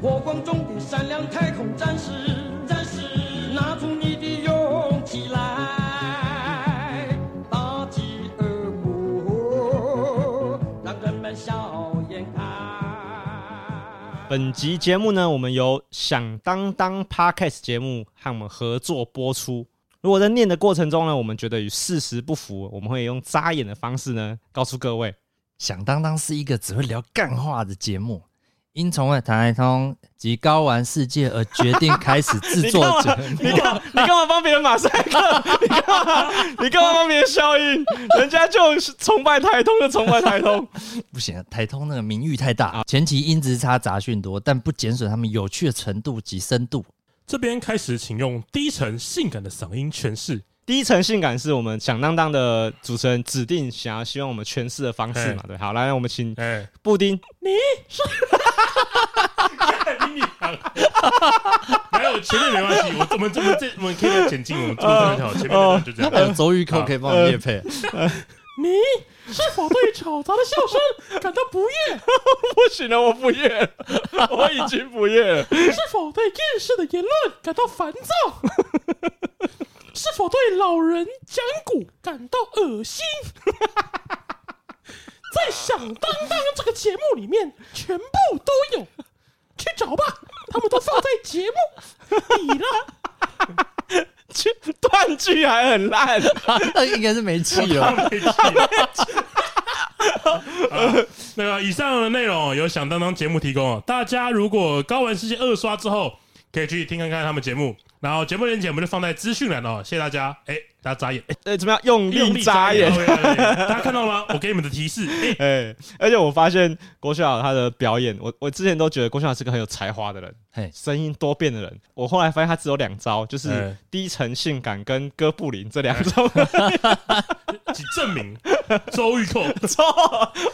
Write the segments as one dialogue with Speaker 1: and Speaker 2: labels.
Speaker 1: 火光中的闪亮太空战士，战士，拿出你的勇气来，打击恶魔，让人们笑颜开。
Speaker 2: 本集节目呢，我们由响当当 Podcast 节目和我们合作播出。如果在念的过程中呢，我们觉得与事实不符，我们会用扎眼的方式呢，告诉各位。
Speaker 3: 响当当是一个只会聊干话的节目，因从外谈一通及高玩世界而决定开始制作节目。
Speaker 2: 你干嘛？你干嘛帮别人马赛克？你干嘛？你干嘛帮别人消音？人家就是崇拜台通就崇拜台通。
Speaker 3: 不行，台通那个名誉太大，前期音质差、杂讯多，但不减损他们有趣的程度及深 度。
Speaker 4: 这边开始，请用低沉性感的嗓音诠释。
Speaker 2: 第一层性感是我们响当当的主持人指定想要希望我们诠释的方式嘛？对，好，来，我们请
Speaker 4: 哎、
Speaker 2: 布丁。
Speaker 4: 你娘！哎没有前面没关系，我我们我们这我们可以再前进，我们做这边就 好，前面哦那段就这
Speaker 2: 呃
Speaker 3: 还有
Speaker 4: 样。
Speaker 3: 周玉蔻可以帮我们夜配，
Speaker 4: 你是否对吵杂的笑声感到不悦？
Speaker 2: 不行了，我不夜了，我已经不夜 了。
Speaker 4: 是否对厌世的言论感到烦 躁？是否对老人讲古感到 恶心？在《响当当》这个节目里面，全部都有，去找吧，他们都放在节目里了。
Speaker 2: 断句还很烂，
Speaker 3: 应该是没气了。
Speaker 4: 那个以上的内容由响当当节目提供哦，大家如果高玩世界二刷之后，可以去听看看他们节目，然后节目链接我们就放在资讯栏哦，谢谢大家，哎、大家眨眼，哎、
Speaker 2: 呃，怎么样？用
Speaker 4: 用
Speaker 2: 力眨眼。
Speaker 4: 哦对对对大家看 到了吗？我给你们的提示，哎、
Speaker 2: 哎、而且我发现郭秀瑶他的表演，我我之前都觉得郭秀瑶是个很有才华的人，
Speaker 3: 嘿，
Speaker 2: 声音多变的人。我后来发现他只有两招，就是
Speaker 4: 哎
Speaker 2: 低沉性感跟哥布林这两招。
Speaker 4: 请证明周玉蔻，
Speaker 2: 周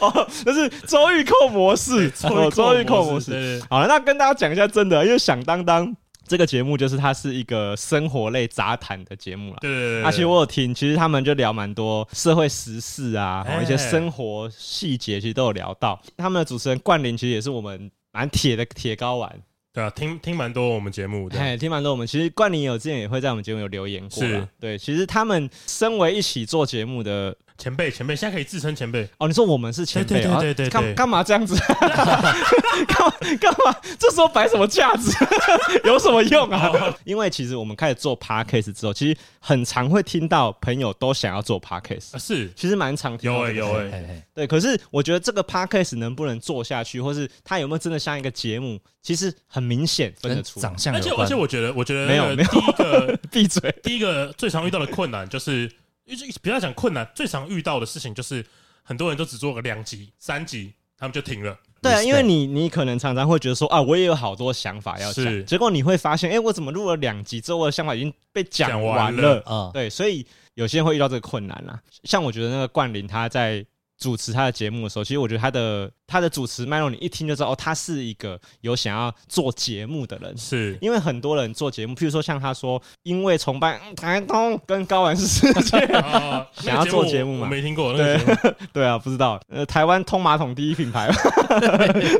Speaker 2: 哦，那是周玉蔻模式， 哦，周玉蔻模式。
Speaker 4: 对对对
Speaker 2: 好了，那跟大家讲一下真的，因为响当当这个节目就是它是一个生活类杂谈的节目啦。
Speaker 4: 对对对，
Speaker 2: 啊，其实我有听，其实他们就聊蛮多社会时事啊，然后一些
Speaker 4: 哎
Speaker 2: 生活细节，其实都有聊到。他们的主持人冠霖其实也是我们蛮铁的铁睾丸，
Speaker 4: 对啊，听听蛮多我们节目的，
Speaker 2: 哎，听蛮多。我们其实冠霖也有之前也会在我们节目有留言过啦
Speaker 4: 是
Speaker 2: 对，其实他们身为一起做节目的，
Speaker 4: 前辈前辈，现在可以自称前辈，
Speaker 2: 哦，你说我们是前辈啊，
Speaker 4: 对对对对对
Speaker 2: 干干嘛这样子？ 干嘛干嘛？这时候摆什么架子？ 有什么用
Speaker 4: 哦
Speaker 2: 啊？因为其实我们开始做 podcast 之后，其实很常会听到朋友都想要做 podcast
Speaker 4: 啊。是
Speaker 2: 其实蛮常听
Speaker 4: 有
Speaker 2: 到这
Speaker 4: 哎、
Speaker 2: 个
Speaker 4: 有哎、
Speaker 3: 嘿嘿
Speaker 2: 对，可是我觉得这个 podcast 能不能做下去，或是它有没有真的像一个节目，其实很明显分得
Speaker 3: 跟
Speaker 2: 出。
Speaker 3: 长相
Speaker 4: 而且
Speaker 3: 有
Speaker 4: 而
Speaker 3: 关
Speaker 4: 且。我觉得我觉得
Speaker 2: 没有
Speaker 4: 那个
Speaker 2: 没有
Speaker 4: 第一
Speaker 2: 闭
Speaker 4: 个
Speaker 2: 嘴！
Speaker 4: 第一个最常遇到的困难就是，一直不要讲困难，最常遇到的事情就是很多人都只做个两集、三集，他们就停了。
Speaker 2: 对啊，
Speaker 3: Respect
Speaker 2: 因为你你可能常常会觉得说啊，我也有好多想法要
Speaker 4: 是
Speaker 2: 讲，结果你会发现，哎、我怎么录了两集之后，我的想法已经被讲
Speaker 4: 讲
Speaker 2: 完
Speaker 4: 完
Speaker 2: 了
Speaker 4: 了。
Speaker 3: 啊，
Speaker 2: 对，所以有些人会遇到这个困难啦。像我觉得那个冠霖他在主持他的节目的时候，其实我觉得他的他的主持脉络，你一听就知道哦，他是一个有想要做节目的人。
Speaker 4: 是，
Speaker 2: 因为很多人做节目，譬如说像他说，因为崇拜嗯台东跟高玩世 界，
Speaker 4: 啊那个
Speaker 2: 想要做节目嘛
Speaker 4: 我没听过那个节目，
Speaker 2: 对啊，不知道，呃，台湾通马桶第一品 牌。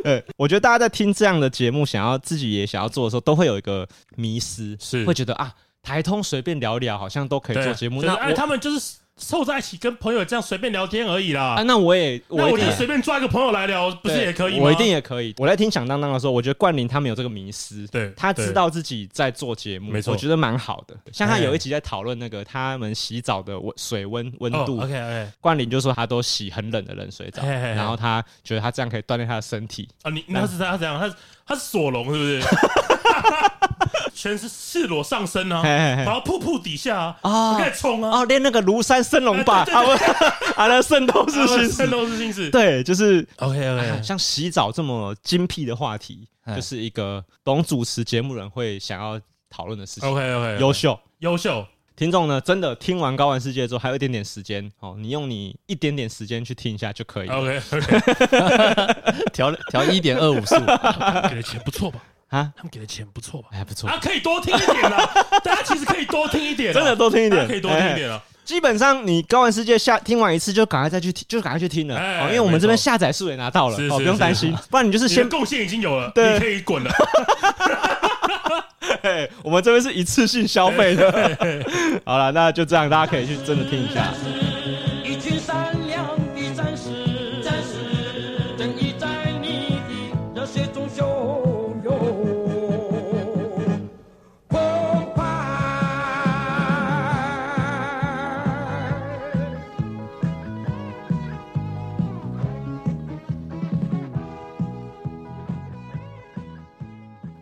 Speaker 2: 对，我觉得大家在听这样的节目，想要自己也想要做的时候，都会有一个迷失，
Speaker 4: 是
Speaker 2: 会觉得啊，台通随便聊聊，好像都可以
Speaker 4: 对
Speaker 2: 做节目。
Speaker 4: 就是
Speaker 2: 那
Speaker 4: 哎，
Speaker 2: 我
Speaker 4: 他们就是凑在一起跟朋友这样随便聊天而已
Speaker 2: 啊，
Speaker 4: 啦。
Speaker 2: 那我也，
Speaker 4: 那我
Speaker 2: 一
Speaker 4: 就
Speaker 2: 定
Speaker 4: 随便抓一个朋友来聊，不是
Speaker 2: 对
Speaker 4: 也可以吗？
Speaker 2: 我一定也可以。我在听响当当的时候，我觉得冠霖他们有这个迷失，
Speaker 4: 对
Speaker 2: 他知道自己在做节目，
Speaker 4: 没错
Speaker 2: 我觉得蛮好的。像他
Speaker 4: 哎
Speaker 2: 有一集在讨论那个他们洗澡的温水温温
Speaker 4: 哦
Speaker 2: 度，
Speaker 4: OK OK
Speaker 2: 冠霖就说他都洗很冷的冷水澡，
Speaker 4: 嘿嘿嘿
Speaker 2: 然后他觉得他这样可以锻炼他的身体。
Speaker 4: 啊，你那是他怎样？他是他是索隆是不是？ 全是赤裸上身啊，
Speaker 2: 嘿嘿嘿
Speaker 4: 然后瀑布底下啊，
Speaker 2: 啊
Speaker 4: 就开始冲啊，
Speaker 2: 哦，练那个庐山升龙吧，
Speaker 4: 哎对
Speaker 2: 啊不， 啊那圣斗士星
Speaker 4: 圣
Speaker 2: 矢，
Speaker 4: 斗士星矢。
Speaker 2: 对，就是。
Speaker 4: OK
Speaker 2: 啊
Speaker 4: OK，
Speaker 2: 像洗澡这么精辟的话题，
Speaker 3: 哎
Speaker 2: 就是一个懂主持节目人会想要讨论的事
Speaker 4: OK
Speaker 2: 情。
Speaker 4: OK，
Speaker 2: 优秀，
Speaker 4: 优秀，
Speaker 2: 听众呢，真的听完《高玩世界》之后，还有一点点时间哦，你用你一点点时间去听一下就可以了
Speaker 4: OK OK，
Speaker 3: 调调一点二五速，
Speaker 4: 给的钱不错吧？
Speaker 2: 啊，哎
Speaker 4: 他们给的钱不错吧？
Speaker 2: 还不错，
Speaker 4: 啊，可以多听一点啦，大家其实可以多听一点啦，
Speaker 2: 真的多听一
Speaker 4: 大家
Speaker 2: 点，
Speaker 4: 啊可以多听一
Speaker 2: 哎。
Speaker 4: 点了。
Speaker 2: 基本上你高玩世界下听完一次就赶快再去听，就赶快去听了，
Speaker 4: 哎
Speaker 2: 哦，因为我们这边
Speaker 4: 没错
Speaker 2: 下载数也拿到了
Speaker 4: 是，
Speaker 2: 哦，
Speaker 4: 是
Speaker 2: 不用
Speaker 4: 是
Speaker 2: 担心，不然你就是
Speaker 4: 你的
Speaker 2: 先，
Speaker 4: 贡献已经有了，
Speaker 2: 对
Speaker 4: 你可以滚 了。
Speaker 2: 嘿 我们这边是一次性消费
Speaker 4: 哎
Speaker 2: 的。 好了，那就这样，大家可以去真的听一下
Speaker 1: 战。士，一群善良的战士，战士，正义在你的热血中汹涌澎湃。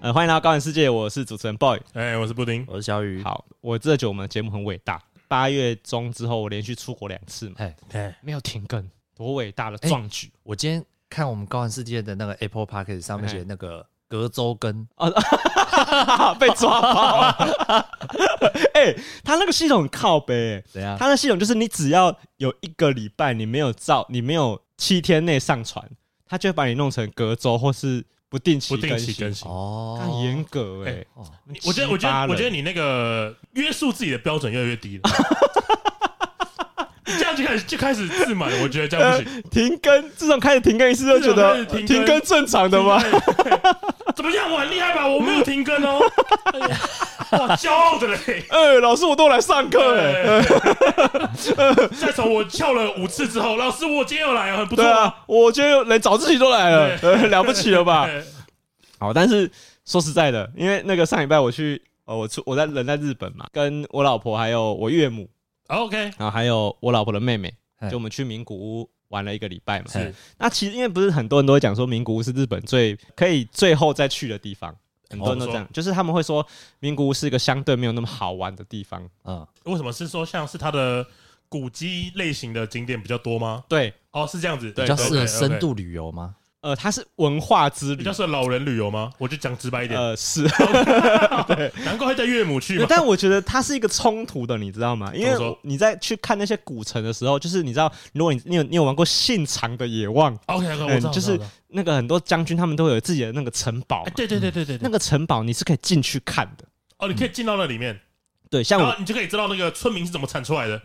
Speaker 2: 呃，欢迎来到高玩世界，我是主持人 boy。
Speaker 4: 哎，我是 布丁，
Speaker 3: 我是小雨，
Speaker 2: 好，我这觉得我们的节目很伟大。八月中之后，我连续出国两次嘛，
Speaker 3: 哎，
Speaker 4: 哎，
Speaker 2: 没有停更，多伟大的壮举！
Speaker 3: 我今天看我们高玩世界的那个 Apple p a c k e t 上面写
Speaker 2: 哎
Speaker 3: 那个隔周更，
Speaker 2: 啊被抓包 了。哎、他那个系统很靠背、欸，
Speaker 3: 怎样？
Speaker 2: 他的系统就是你只要有一个礼拜你没有照，你没有七天内上传，他就会把你弄成隔周或是不定期
Speaker 4: 不定
Speaker 2: 更
Speaker 4: 期更
Speaker 2: 新。
Speaker 4: 新。
Speaker 2: 很
Speaker 3: 哦，
Speaker 2: 严格哎、欸
Speaker 3: 哦
Speaker 4: 你我觉得，我觉得，我觉得
Speaker 2: 你
Speaker 4: 你那个约束自己的标准越来 越低了。你这样就开始就开始自满了，我觉得这样不行。
Speaker 2: 停更，自从开始停更一次就觉得
Speaker 4: 自啊从开始停
Speaker 2: 停
Speaker 4: 更
Speaker 2: 更正常的呃吗？
Speaker 4: 怎么样？我很厉害吧？我没有停 更哦，哎呀哇，骄傲的嘞！
Speaker 2: 哎、老师我都来上课哎、欸，
Speaker 4: 再从我翘了五次之后，老师我今天又来哦，很不错
Speaker 2: 对。啊，我觉得连早自习都来了，呃 了不起了 吧？
Speaker 4: 哎
Speaker 2: 好，但是说实在的，因为那个上礼拜我去，呃，我出我在人在日本嘛，跟我老婆还有我岳母，
Speaker 4: ，OK，
Speaker 2: 然后还有我老婆的妹妹，
Speaker 3: 哎
Speaker 2: 就我们去名古屋玩了一个礼拜嘛。
Speaker 4: 是
Speaker 2: 那其实因为不是很多人都会讲说名古屋是日本最可以最后再去的地方，很多人都这
Speaker 4: 哦
Speaker 2: 样，就是他们会说名古屋是一个相对没有那么好玩的地方。
Speaker 3: 嗯，
Speaker 4: 为什么是说像是它的古迹类型的景点比较多吗？
Speaker 2: 对，
Speaker 4: 哦，是这样子，
Speaker 2: 对
Speaker 3: 比较适合深，度旅游吗？
Speaker 2: 呃，它是文化之
Speaker 4: 比
Speaker 2: 旅
Speaker 4: 较，适合老人旅游吗？我就讲直白一点，
Speaker 2: 呃，是。
Speaker 4: 难怪会带岳母去嘛。
Speaker 2: 但我觉得它是一个冲突的，你知道吗？因
Speaker 4: 怎么
Speaker 2: 为
Speaker 4: 说
Speaker 2: 你在去看那些古城的时候，就是你知道，如果你你有你有玩过信长的野望，
Speaker 4: OK，OK，我哦
Speaker 2: 嗯
Speaker 4: 知道，
Speaker 2: 就是
Speaker 4: 我知道
Speaker 2: 那个很多将军他们都有自己的那个城堡嘛
Speaker 4: 哎，对对对对对，
Speaker 2: 那
Speaker 4: 对
Speaker 2: 个城堡你是可以进去看的。
Speaker 4: 哦，你可以进到那里面，
Speaker 2: 对，像嗯
Speaker 4: 然
Speaker 2: 我
Speaker 4: 后你就可以知道那个村民是怎么产出 来的，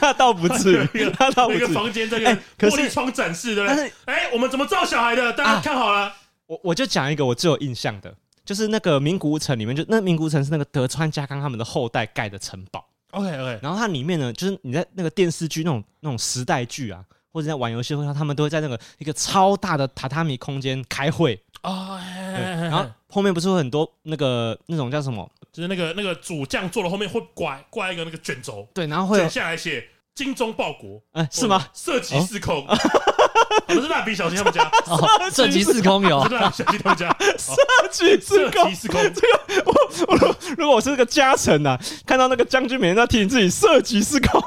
Speaker 2: 那倒不至
Speaker 4: 那
Speaker 2: 于
Speaker 4: 个，
Speaker 2: 那倒不
Speaker 4: 那个
Speaker 2: 至于。
Speaker 4: 房间这个
Speaker 2: 哎可是
Speaker 4: 玻璃窗展示，对不
Speaker 2: 但
Speaker 4: 对？
Speaker 2: 是
Speaker 4: 哎，我们怎么照小孩的？大家
Speaker 2: 啊
Speaker 4: 看好了，
Speaker 2: 我我就讲一个我最有印象的，就是那个名古屋城里面，就那名古屋城是那个德川家康他们的后代盖的城堡。
Speaker 4: OK OK，
Speaker 2: 然后它里面呢，就是你在那个电视剧那种那种时代剧啊，或者在玩游戏会上，他们都会在那个一个超大的榻榻米空间开会，
Speaker 4: 哦，
Speaker 2: 对
Speaker 4: 然
Speaker 2: 然后后面不是会很多那个那种叫什么？
Speaker 4: 就是那个那个主将坐的后面会挂挂一个那个卷轴，
Speaker 2: 对，然后会有
Speaker 4: 卷下来写“精忠报国
Speaker 2: 呃”，是 吗？？
Speaker 4: 社稷失控， 哦不是蜡笔小新他 们家，
Speaker 3: 哦， 这集是空游
Speaker 2: 哦
Speaker 4: 不，是蜡笔小新他们家，
Speaker 2: 去
Speaker 4: 社
Speaker 2: 自宫
Speaker 4: 稷。失控，
Speaker 2: 我如如果我是那个家臣啊，看到那个将军每天在提醒自己射击是空，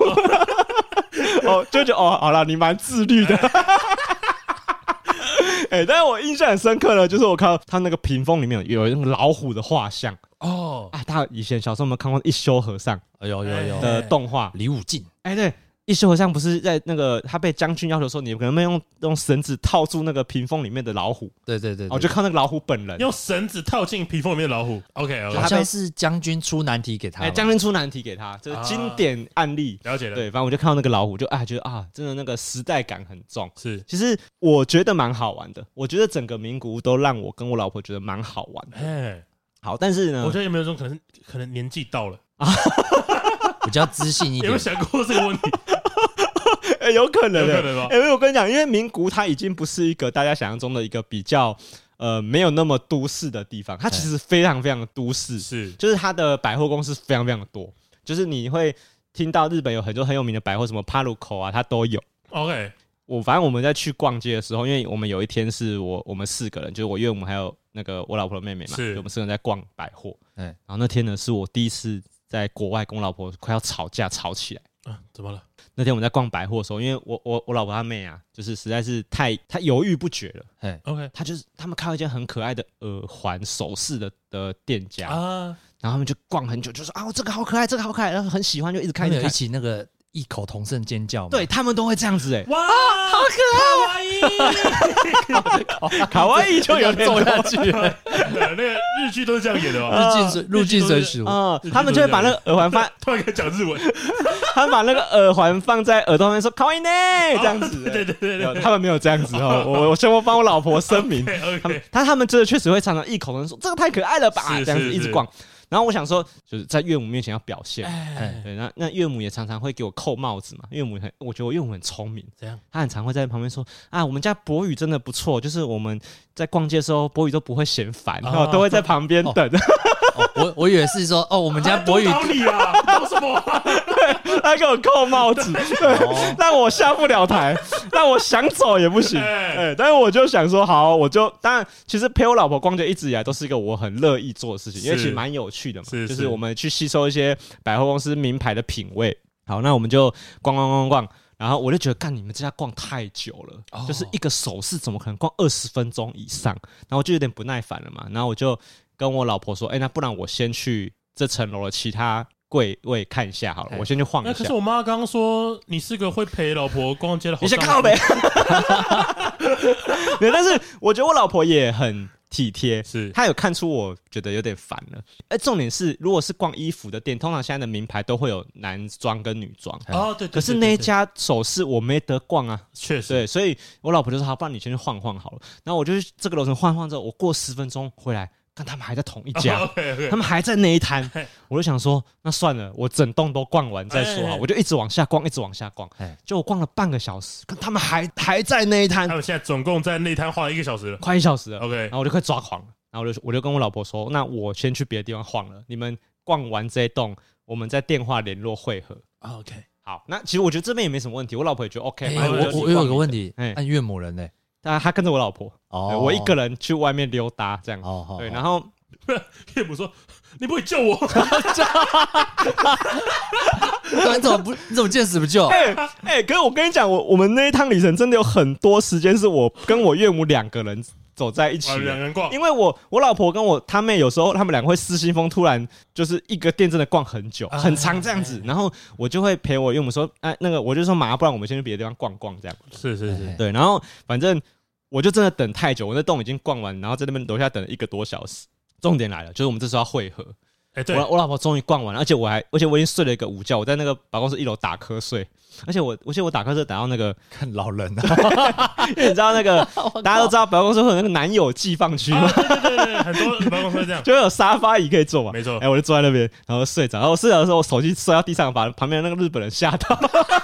Speaker 2: 哦，就觉得哦，好了，你蛮自律的。 哎、但是我印象很深刻的，就是我看到他那个屏风里面有有那个老虎的画像
Speaker 4: 哦，
Speaker 2: 啊。大家以前小时候有没有看过一休和尚
Speaker 3: 哎呦呦呦，
Speaker 2: 的动画？
Speaker 3: 李武进，
Speaker 2: 哎、对，一休和尚不是在那个他被将军要求说，你可能不能用用绳子套住那个屏风里面的老虎，
Speaker 3: 对对对，
Speaker 2: 我、哦、
Speaker 3: 对
Speaker 2: 就看那个老虎本人。
Speaker 4: 用绳子套进皮肤里面的老虎。OK
Speaker 2: 就
Speaker 3: 好
Speaker 4: OK，
Speaker 2: 他被
Speaker 3: 像是将军出难题给他
Speaker 2: 哎，
Speaker 3: 吧，
Speaker 2: 将军出难题给他，这是经典案例。
Speaker 4: 了解了，
Speaker 2: 对，反正我就看到那个老虎，就啊，觉得啊，真的那个时代感很重。
Speaker 4: 是，
Speaker 2: 其实我觉得蛮好玩的，我觉得整个名古屋都让我跟我老婆觉得蛮好玩的。
Speaker 4: 哎，
Speaker 2: 好，但是呢，
Speaker 4: 我觉得有没有一种可能，可能年纪到了，
Speaker 3: 比较知性一
Speaker 4: 有没
Speaker 3: 点
Speaker 4: 有，想过这个问题？
Speaker 2: 得、有可能、
Speaker 4: 有
Speaker 2: 欸，
Speaker 4: 可能吧
Speaker 2: 哎、因为我跟你讲，因为名古屋它已经不是一个大家想象中的一个比较呃没有那么都市的地方，它其实非常非常的都市，
Speaker 4: 哎是
Speaker 2: 就是它的百货公司非常非常的多，就是你会听到日本有很多很有名的百货，什么帕鲁口啊，它都有。
Speaker 4: OK，
Speaker 2: 我反正我们在去逛街的时候，因为我们有一天是我我们四个人，就是我岳母还有那个我老婆的妹妹嘛，
Speaker 4: 是
Speaker 2: 就我们四个人在逛百货。
Speaker 3: 哎
Speaker 2: 然后那天呢，是我第一次在国外跟我老婆快要吵架吵起来。
Speaker 4: 啊，怎么了？
Speaker 2: 那天我们在逛百货的时候，因为我我我老婆她妹啊，就是实在是太她犹豫不决了，
Speaker 3: 哎，
Speaker 4: OK
Speaker 2: 她就是他们看到一间很可爱的耳环首饰的的店家，
Speaker 4: 啊，
Speaker 2: 然后他们就逛很久，就说啊这个好可爱，这个好可爱，然后很喜欢，就一直
Speaker 3: 他
Speaker 2: 看一
Speaker 3: 们
Speaker 2: 直
Speaker 3: 有一
Speaker 2: 看。
Speaker 3: 起那个异口同声尖叫嘛。
Speaker 2: 对 他们都会这样子哎、
Speaker 4: 哇，好可
Speaker 2: 啊
Speaker 4: 爱！
Speaker 2: 卡哇伊就有 点
Speaker 3: 揍
Speaker 2: 多
Speaker 3: 下去，
Speaker 4: 对，那个日剧都是这样演的哦。
Speaker 3: 入境水入境水鼠，
Speaker 2: 啊、他们就会把那个耳环放，
Speaker 4: 突然开始讲日文，
Speaker 2: 他们把那个耳环放在耳朵旁边说“卡哇伊呢”这样子、欸
Speaker 4: 哦对对对
Speaker 2: 有
Speaker 4: 对
Speaker 2: 他们没有这样子哦，我我先我帮我老婆声明，
Speaker 4: 对
Speaker 2: 他们
Speaker 4: 哎，OK，
Speaker 2: 但他们真的确实会常常异口同声说这个太可爱了吧
Speaker 4: 是，
Speaker 2: 这样
Speaker 4: 是
Speaker 2: 子一直
Speaker 4: 是
Speaker 2: 逛。然后我想说，就是在岳母面前要表现，
Speaker 3: 哎
Speaker 2: 对，那那岳母也常常会给我扣帽子嘛。岳母很，我觉得我岳母很聪明，
Speaker 4: 怎样？
Speaker 2: 她很常会在旁边说啊，我们家博宇真的不错，就是我们在逛街的时候，博宇都不会嫌
Speaker 4: 哦
Speaker 2: 烦，然后都会在旁边
Speaker 3: 哦
Speaker 2: 等。
Speaker 3: 哦我我以为是说哦，我们家 博宇
Speaker 4: 找你啊，搞什么啊？
Speaker 2: 他给我扣帽子，
Speaker 4: 哦
Speaker 2: 对，让我下不了台，让我想走也不行。
Speaker 4: 哎
Speaker 2: 哎，但是我就想说，好，我就当然，其实陪我老婆逛街一直以来都是一个我很乐意做的事情，因为
Speaker 4: 是
Speaker 2: 其实蛮有趣的嘛，
Speaker 4: 是
Speaker 2: 就是是我们去吸收一些百货公司名牌的品味。好，那我们就逛逛逛逛。然后我就觉得，干你们这家逛太久了，
Speaker 3: 哦
Speaker 2: 就是一个首饰怎么可能逛二十分钟以上？然后我就有点不耐烦了嘛，然后我就跟我老婆说，哎、那不然我先去这层楼的其他柜位看一下好了，
Speaker 3: 哎
Speaker 2: 我先去晃
Speaker 4: 那
Speaker 2: 一
Speaker 4: 可
Speaker 2: 下
Speaker 4: 是。我妈刚刚说你是个会陪老婆逛街的好
Speaker 2: 你
Speaker 4: 丈
Speaker 2: 先
Speaker 4: 夫。
Speaker 2: 靠呗。 对，但是我觉得我老婆也很体贴，
Speaker 4: 是
Speaker 2: 她有看出我觉得有点烦了。哎，重点是，如果是逛衣服的店，通常现在的名牌都会有男装跟女装。
Speaker 4: 哦，对，对
Speaker 2: 哎可是
Speaker 4: 对
Speaker 2: 那一
Speaker 4: 对
Speaker 2: 家首饰我没得逛啊，
Speaker 4: 确实
Speaker 2: 对，所以我老婆就说：“好，不然你先去晃晃好了。”然后我就去这个楼层晃晃之后，我过十分钟回来，看他们还在同
Speaker 4: 哦
Speaker 2: 一 家，
Speaker 4: OK OK，
Speaker 2: 他们还在那一摊
Speaker 4: 嘿，
Speaker 2: 我就想说，那算了，我整栋都逛完再说
Speaker 4: 哎哎
Speaker 2: 好，
Speaker 4: 哎
Speaker 2: 我就一直往下逛，一直往下逛
Speaker 3: 哎，
Speaker 2: 就我逛了半个小时，看他们还还在那一摊
Speaker 4: 他，们现在总共在内滩花了一个小时了。
Speaker 2: 快一小时了，
Speaker 4: OK，
Speaker 2: 然 后我就快抓狂了，然后我就我就跟我老婆说，那我先去别的地方晃了，你们逛完这一栋，我们在电话联络会合。
Speaker 4: OK，
Speaker 2: 好，那其实我觉得这边也没什么问题，我老婆也觉得 OK，
Speaker 3: 哎
Speaker 2: 反正
Speaker 4: 我
Speaker 2: 就
Speaker 3: 我
Speaker 2: 去
Speaker 3: 我有
Speaker 2: 逛
Speaker 3: 个问题，
Speaker 2: 哎
Speaker 3: 按岳母人呢？
Speaker 2: 但她跟着我老婆，
Speaker 3: 哦，
Speaker 2: 我一个人去外面溜达这样。
Speaker 3: 哦，哦，
Speaker 2: 对，
Speaker 3: 哦
Speaker 2: 然后
Speaker 4: 岳母说 你不会救我，
Speaker 3: 对 你怎么不你怎么见死不救？
Speaker 2: 哎哎，可是我跟你讲，我我们那一趟旅程真的有很多时间是我跟我岳母两个人走在一起
Speaker 4: 啊
Speaker 2: 的，
Speaker 4: 两个人逛，
Speaker 2: 因为我我老婆跟我她妹有时候他们两个会失心疯，突然就是一个店真的逛很久，
Speaker 4: 啊
Speaker 2: 很长这样
Speaker 4: 哎
Speaker 2: 子，然后我就会陪我岳母说，哎，那个我就说妈，不然我们先去别的地方逛逛这样。
Speaker 4: 是是是，
Speaker 3: 哎
Speaker 2: 对，然后反正我就真的等太久，我那栋已经逛完，然后在那边楼下等了一个多小时。重点来了，就是我们这时候要汇合。
Speaker 4: 哎对
Speaker 2: 我，我老婆终于逛完了，而且我还，而且我已经睡了一个午觉，我在那个办公室一楼打瞌睡，而且我，而且我打瞌睡打到那个，
Speaker 3: 看老人啊，
Speaker 2: 因为你知道那 个大家都知道办公室会有那个男友寄放区吗？
Speaker 4: 啊对对对对，很多办公室这 样，
Speaker 2: 就会有沙发椅可以坐嘛。
Speaker 4: 没错
Speaker 2: 哎、我就坐在那边，然后睡着。然后睡着的时候，我手机摔到地上，把旁边那个日本人吓到。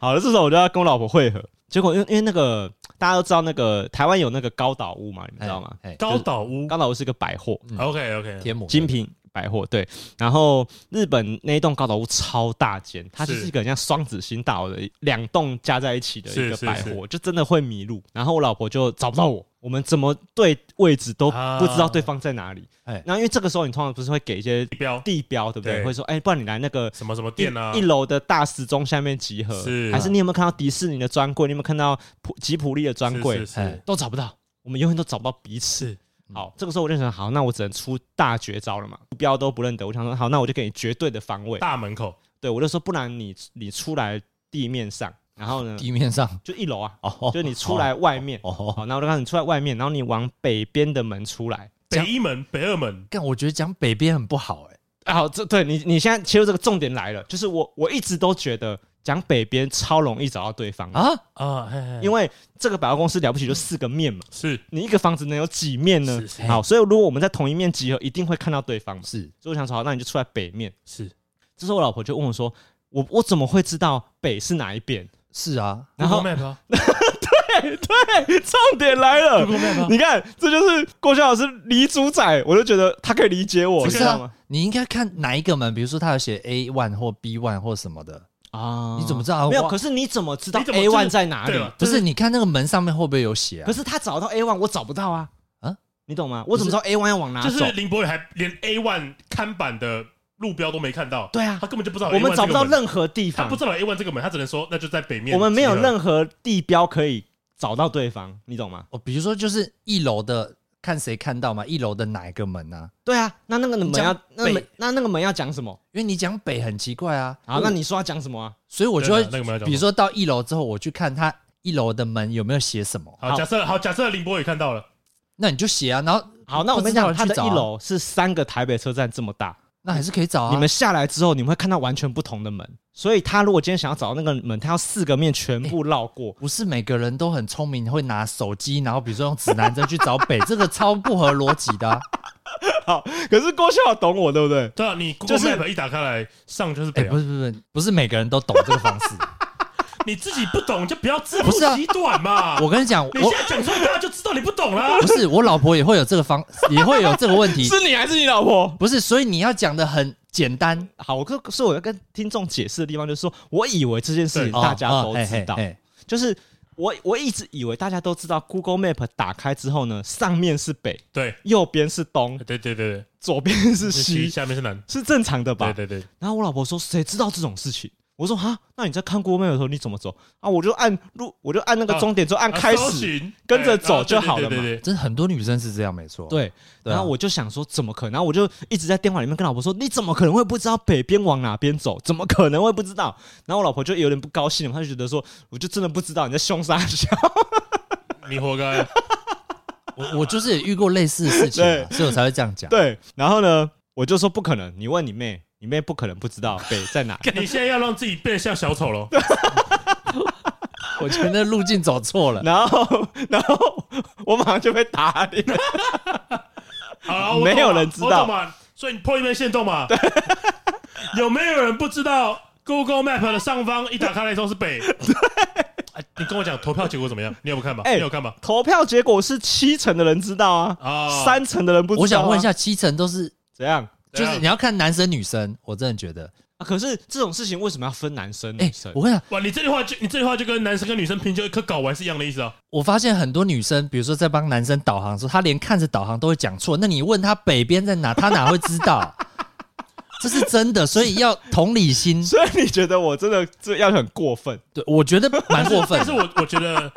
Speaker 2: 好了，这时候我就要跟我老婆会合。结果因为因为那个大家都知道，那个台湾有那个高岛屋嘛，你们知道吗？
Speaker 3: 哎？哎
Speaker 4: 高岛屋
Speaker 2: 高岛屋是一个百货，
Speaker 3: 嗯
Speaker 4: OK OK，
Speaker 3: 天母
Speaker 2: 精品百货对。然后日本那一栋高岛屋超大间，它就是是一个很像双子星大楼的两栋加在一起的一个
Speaker 4: 是是
Speaker 2: 百
Speaker 4: 是
Speaker 2: 货，就真的会迷路。然后我老婆就找不到我，我们怎么对位置都
Speaker 4: 啊
Speaker 2: 不知道对方在哪里。
Speaker 3: 哎
Speaker 2: 然后因为这个时候你通常不是会给一些
Speaker 4: 地标
Speaker 2: 地标，对不对？
Speaker 4: 对
Speaker 2: 会说，哎、不然你来那个
Speaker 4: 什么什么
Speaker 2: 一
Speaker 4: 店啊
Speaker 2: 一，楼的大时钟下面集合，
Speaker 4: 是啊
Speaker 2: 还是你有没有看到迪士尼的专柜？你有没有看到普吉普力的专柜？
Speaker 4: 是是是
Speaker 3: 哎
Speaker 2: 都找不到，我们永远都找不到彼此
Speaker 4: 是。
Speaker 2: 好，这个时候我就想，好，那我只能出大绝招了嘛，目标都不认得。我想说，好，那我就给你绝对的方位。
Speaker 4: 大门口，
Speaker 2: 对我就说，不然你你出来地面上，然后呢，
Speaker 3: 地面上
Speaker 2: 就一楼啊，
Speaker 3: 哦，
Speaker 2: 就你出来外面。
Speaker 3: 哦。
Speaker 2: 好，那我就看你出来外面，然后你往北边的门出来。
Speaker 4: 北一门、北二门，
Speaker 3: 但我觉得讲北边很不好哎，
Speaker 2: 啊，好，这对你你现在切入这个重点来了，就是我我一直都觉得讲北边超容易找到对方的，
Speaker 3: 啊，
Speaker 4: 啊，
Speaker 2: 因
Speaker 4: 为
Speaker 2: 为这个百货公司了不起就四个面嘛，
Speaker 4: 是
Speaker 2: 你一个房子能有几面呢
Speaker 4: 是是？
Speaker 2: 好，所以如果我们在同一面集合，一定会看到对方嘛。
Speaker 3: 是
Speaker 2: 所以我想说，好，那你就出来北面。
Speaker 4: 是，
Speaker 2: 这时候我老婆就问我说：“我我怎么会知道北是哪一边
Speaker 3: 是啊？”，
Speaker 2: 然后
Speaker 4: Google，map 啊
Speaker 2: 对对，重点来了。
Speaker 4: ，Google map 啊
Speaker 2: 你看，这就是郭笑老师黎主宰，我就觉得他可以理解我，
Speaker 3: 不
Speaker 2: 你
Speaker 3: 是
Speaker 2: 知道吗
Speaker 3: 啊？，你应该看哪一个门，比如说他有写 A one 或 B one 或什么的，
Speaker 2: 啊
Speaker 3: 你怎么知道？
Speaker 2: 没有？
Speaker 3: 哇
Speaker 2: 可是你怎么知道啊
Speaker 4: 你怎么
Speaker 2: A
Speaker 4: 知道
Speaker 2: one 在哪
Speaker 4: 对
Speaker 2: 里？
Speaker 4: 了
Speaker 3: 不是你看那个门上面会不会有写啊
Speaker 2: 可？是他找到 A one，我找不到啊。
Speaker 3: 啊
Speaker 2: 啊，你懂吗？我怎么知道 A one 要往哪
Speaker 4: 就
Speaker 2: 走？
Speaker 4: 是林博宇还连 A one 看板的路标都没看到，
Speaker 2: 对啊
Speaker 4: 他根本就不知道，
Speaker 2: 我们找不到，任何地
Speaker 4: 他
Speaker 2: 方
Speaker 4: 不，知道 A one 这个门，他只能说那就在北面集合，
Speaker 2: 我们没有任何地标可以找到对方，你懂吗？
Speaker 3: 哦，比如说就是一楼的看谁看到嘛，一楼的哪一个门啊？
Speaker 2: 对啊，那那个门要
Speaker 3: 讲
Speaker 2: 那门
Speaker 3: 北
Speaker 2: 那那个门要讲什么？
Speaker 3: 因为你讲北很奇怪啊，
Speaker 2: 啊，那你说要讲什么啊？
Speaker 3: 所以我就
Speaker 4: 对啊那个没有
Speaker 3: 会，
Speaker 4: 讲
Speaker 3: 比如说到一楼之后，我去看他一楼的门有没有写什么，
Speaker 4: 好，假设好，假设林博宇看到了，
Speaker 3: 那你就写啊。然后
Speaker 2: 好，那我
Speaker 3: 不
Speaker 2: 跟
Speaker 3: 知
Speaker 2: 你
Speaker 3: 道
Speaker 2: 讲，它
Speaker 3: 去
Speaker 2: 的
Speaker 3: 找啊
Speaker 2: 一，楼是三个台北车站这么大，
Speaker 3: 那还是可以找啊。
Speaker 2: 你们下来之后，你们会看到完全不同的门。所以他如果今天想要找到那个门，他要四个面全部绕过。
Speaker 3: 不是每个人都很聪明，会拿手机，然后比如说用指南针去找 北，这个超不合逻辑的啊、
Speaker 2: 可是郭笑懂我，对不对？
Speaker 4: 对啊，你 Google
Speaker 2: 就是
Speaker 4: Map 一打开来，上就是
Speaker 3: 哎、
Speaker 4: 北啊
Speaker 3: 不，是不是不是不是每个人都懂这个方式。
Speaker 4: 你自己不懂就不要自不
Speaker 3: 不是啊
Speaker 4: 其短 嘛。
Speaker 3: 我跟你讲，
Speaker 4: 你
Speaker 3: 我
Speaker 4: 现在讲出来，大家就知道你不懂啦
Speaker 3: 不。是我老婆也会有这个方，也会有这个问 题。
Speaker 2: 是你还是你老婆？
Speaker 3: 不是，所以你要讲的很简单，
Speaker 2: 好，我可是我要跟听众解释的地方，就是说我以为这件事情
Speaker 4: 对
Speaker 2: 大家
Speaker 3: 哦
Speaker 2: 都
Speaker 3: 哦嘿
Speaker 2: 知道，
Speaker 3: 嘿嘿
Speaker 2: 就是我我一直以为大家都知道，Google Map 打开之后呢，上面是北，
Speaker 4: 对，
Speaker 2: 右边是东，
Speaker 4: 对对对
Speaker 2: 左边呃是
Speaker 4: 对，西
Speaker 2: 西，
Speaker 4: 下面是南，
Speaker 2: 是正常的吧？
Speaker 4: 对对对，
Speaker 2: 然后我老婆说：“谁知道这种事情？”我说：“哈，那你在看 Google Map 的时候你怎么走啊？我就按路，我就按那个终点之后按
Speaker 4: 啊
Speaker 2: 开
Speaker 4: 搜
Speaker 2: 始。
Speaker 4: 寻
Speaker 2: 跟着
Speaker 4: 哎
Speaker 2: 走
Speaker 4: 啊
Speaker 2: 就好
Speaker 4: 对
Speaker 2: 了
Speaker 4: 对对对
Speaker 3: 真的很多女生是这样，没错。，
Speaker 2: 对，
Speaker 3: 对啊
Speaker 2: 然后我就想说怎么可能？然后我就一直在电话里面跟老婆说：“你怎么可能会不知道北边往哪边走？怎么可能会不知道？”然后我老婆就有点不高兴了，她就觉得说：“我就真的不知道你在凶啥笑。
Speaker 4: 对，你活该。
Speaker 3: 我我就是也遇过类似的事情啊、所以我才会这样” 讲。
Speaker 2: 对，然后呢，我就说不可能，你问你妹，你妹不可能不知道北在哪里。
Speaker 4: 你现在要让自己变得像小丑喽。
Speaker 3: 我觉得路径走错了。
Speaker 2: 然后，然后我马上就被打脸。
Speaker 4: 好啦，我懂
Speaker 2: 没有
Speaker 4: 了
Speaker 2: 人知
Speaker 4: 我
Speaker 2: 道
Speaker 4: 懂嘛，所以你破一面线洞嘛。有没有人不知道 Google Map 的上方一打开来都是北？哎你跟我讲投票结果怎么样？你有没有看吧？
Speaker 2: 哎
Speaker 4: 你有看吧？
Speaker 2: 投票结果是七成的人知道啊，
Speaker 4: 啊
Speaker 2: 三成的人不知道、
Speaker 3: 我想问一，下，七成都是
Speaker 2: 怎样？
Speaker 4: 怎
Speaker 3: 就
Speaker 4: 样
Speaker 3: 是你要看男生女生，我真的觉得，
Speaker 2: 啊，可是这种事情为什么要分男生
Speaker 3: 哎、
Speaker 2: 女生？
Speaker 3: 我跟你讲，
Speaker 4: 哇，你这句话就你这句话就跟男生跟女生拼就一颗睾丸是一样的意思啊！
Speaker 3: 我发现很多女生，比如说在帮男生导航的时候，她连看着导航都会讲错。那你问她北边在哪，她哪会知道？ 这是真的，所以要同理心。
Speaker 2: 所以你觉得我真的这要很过分？
Speaker 3: 对，我觉得蛮过分
Speaker 4: 但是我 我觉得。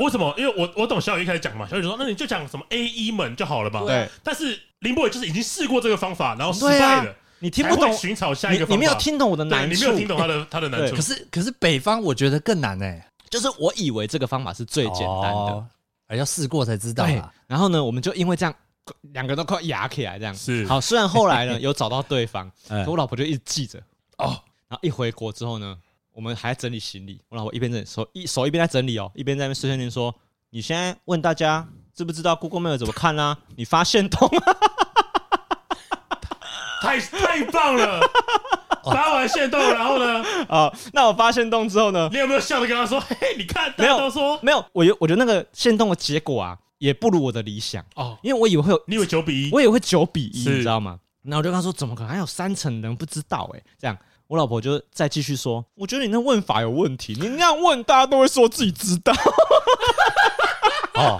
Speaker 4: 为什么？因为我我懂小雨一开始讲嘛，小雨就说那你就讲什么 A 一门就好了嘛。
Speaker 2: 对。啊
Speaker 4: 但是林博宇就是已经试过这个方法，然后失
Speaker 2: 对啊
Speaker 4: 败了，
Speaker 2: 你听不懂
Speaker 4: 才会，寻找下一
Speaker 2: 你
Speaker 4: 个方法。
Speaker 2: 你没有听懂我的
Speaker 4: 对，
Speaker 2: 难
Speaker 4: 你
Speaker 2: 处，
Speaker 4: 没有听懂他的他的难
Speaker 2: 对
Speaker 4: 处
Speaker 3: 可。是可是北方我觉得更难哎、
Speaker 2: 就是我以为这个方法是最简单的，
Speaker 3: 哦哎要试过才知道啊
Speaker 2: 对
Speaker 3: 啦。。
Speaker 2: 然后呢，我们就因为这样，两个人都快牙起来这样。
Speaker 4: 是
Speaker 2: 好，虽然后来呢 有找到对方，
Speaker 3: 嗯
Speaker 2: 可我老婆就一直记着。
Speaker 3: 哦，
Speaker 2: 然后一回国之后呢，我们还在整理行李，我老婆一边整理手一手一边在整理哦，一边在那边碎碎念说：“你现在问大家知不知道 Google Map 怎么看啊？你发现通啊？
Speaker 4: 太太 棒了！发完线动，然后呢，
Speaker 2: 哦那我发现通之后呢，
Speaker 4: 你有没有笑着跟他说：“嘿嘿，你看，大
Speaker 2: 没
Speaker 4: 家
Speaker 2: 有
Speaker 4: 都说
Speaker 2: 没有，我有我觉得那个限动的结果啊，也不如我的理想，
Speaker 4: 哦，
Speaker 2: 因为我以为会有，
Speaker 4: 你有九比一，
Speaker 2: 我以为会九比一，
Speaker 4: 是
Speaker 2: 你知道吗？然后我就跟他说，怎么可能还有三成人不知道、欸？哎，这样。我老婆就再继续说，我觉得你那问法有问题，你那样问大家都会说自己知道。
Speaker 3: 哦，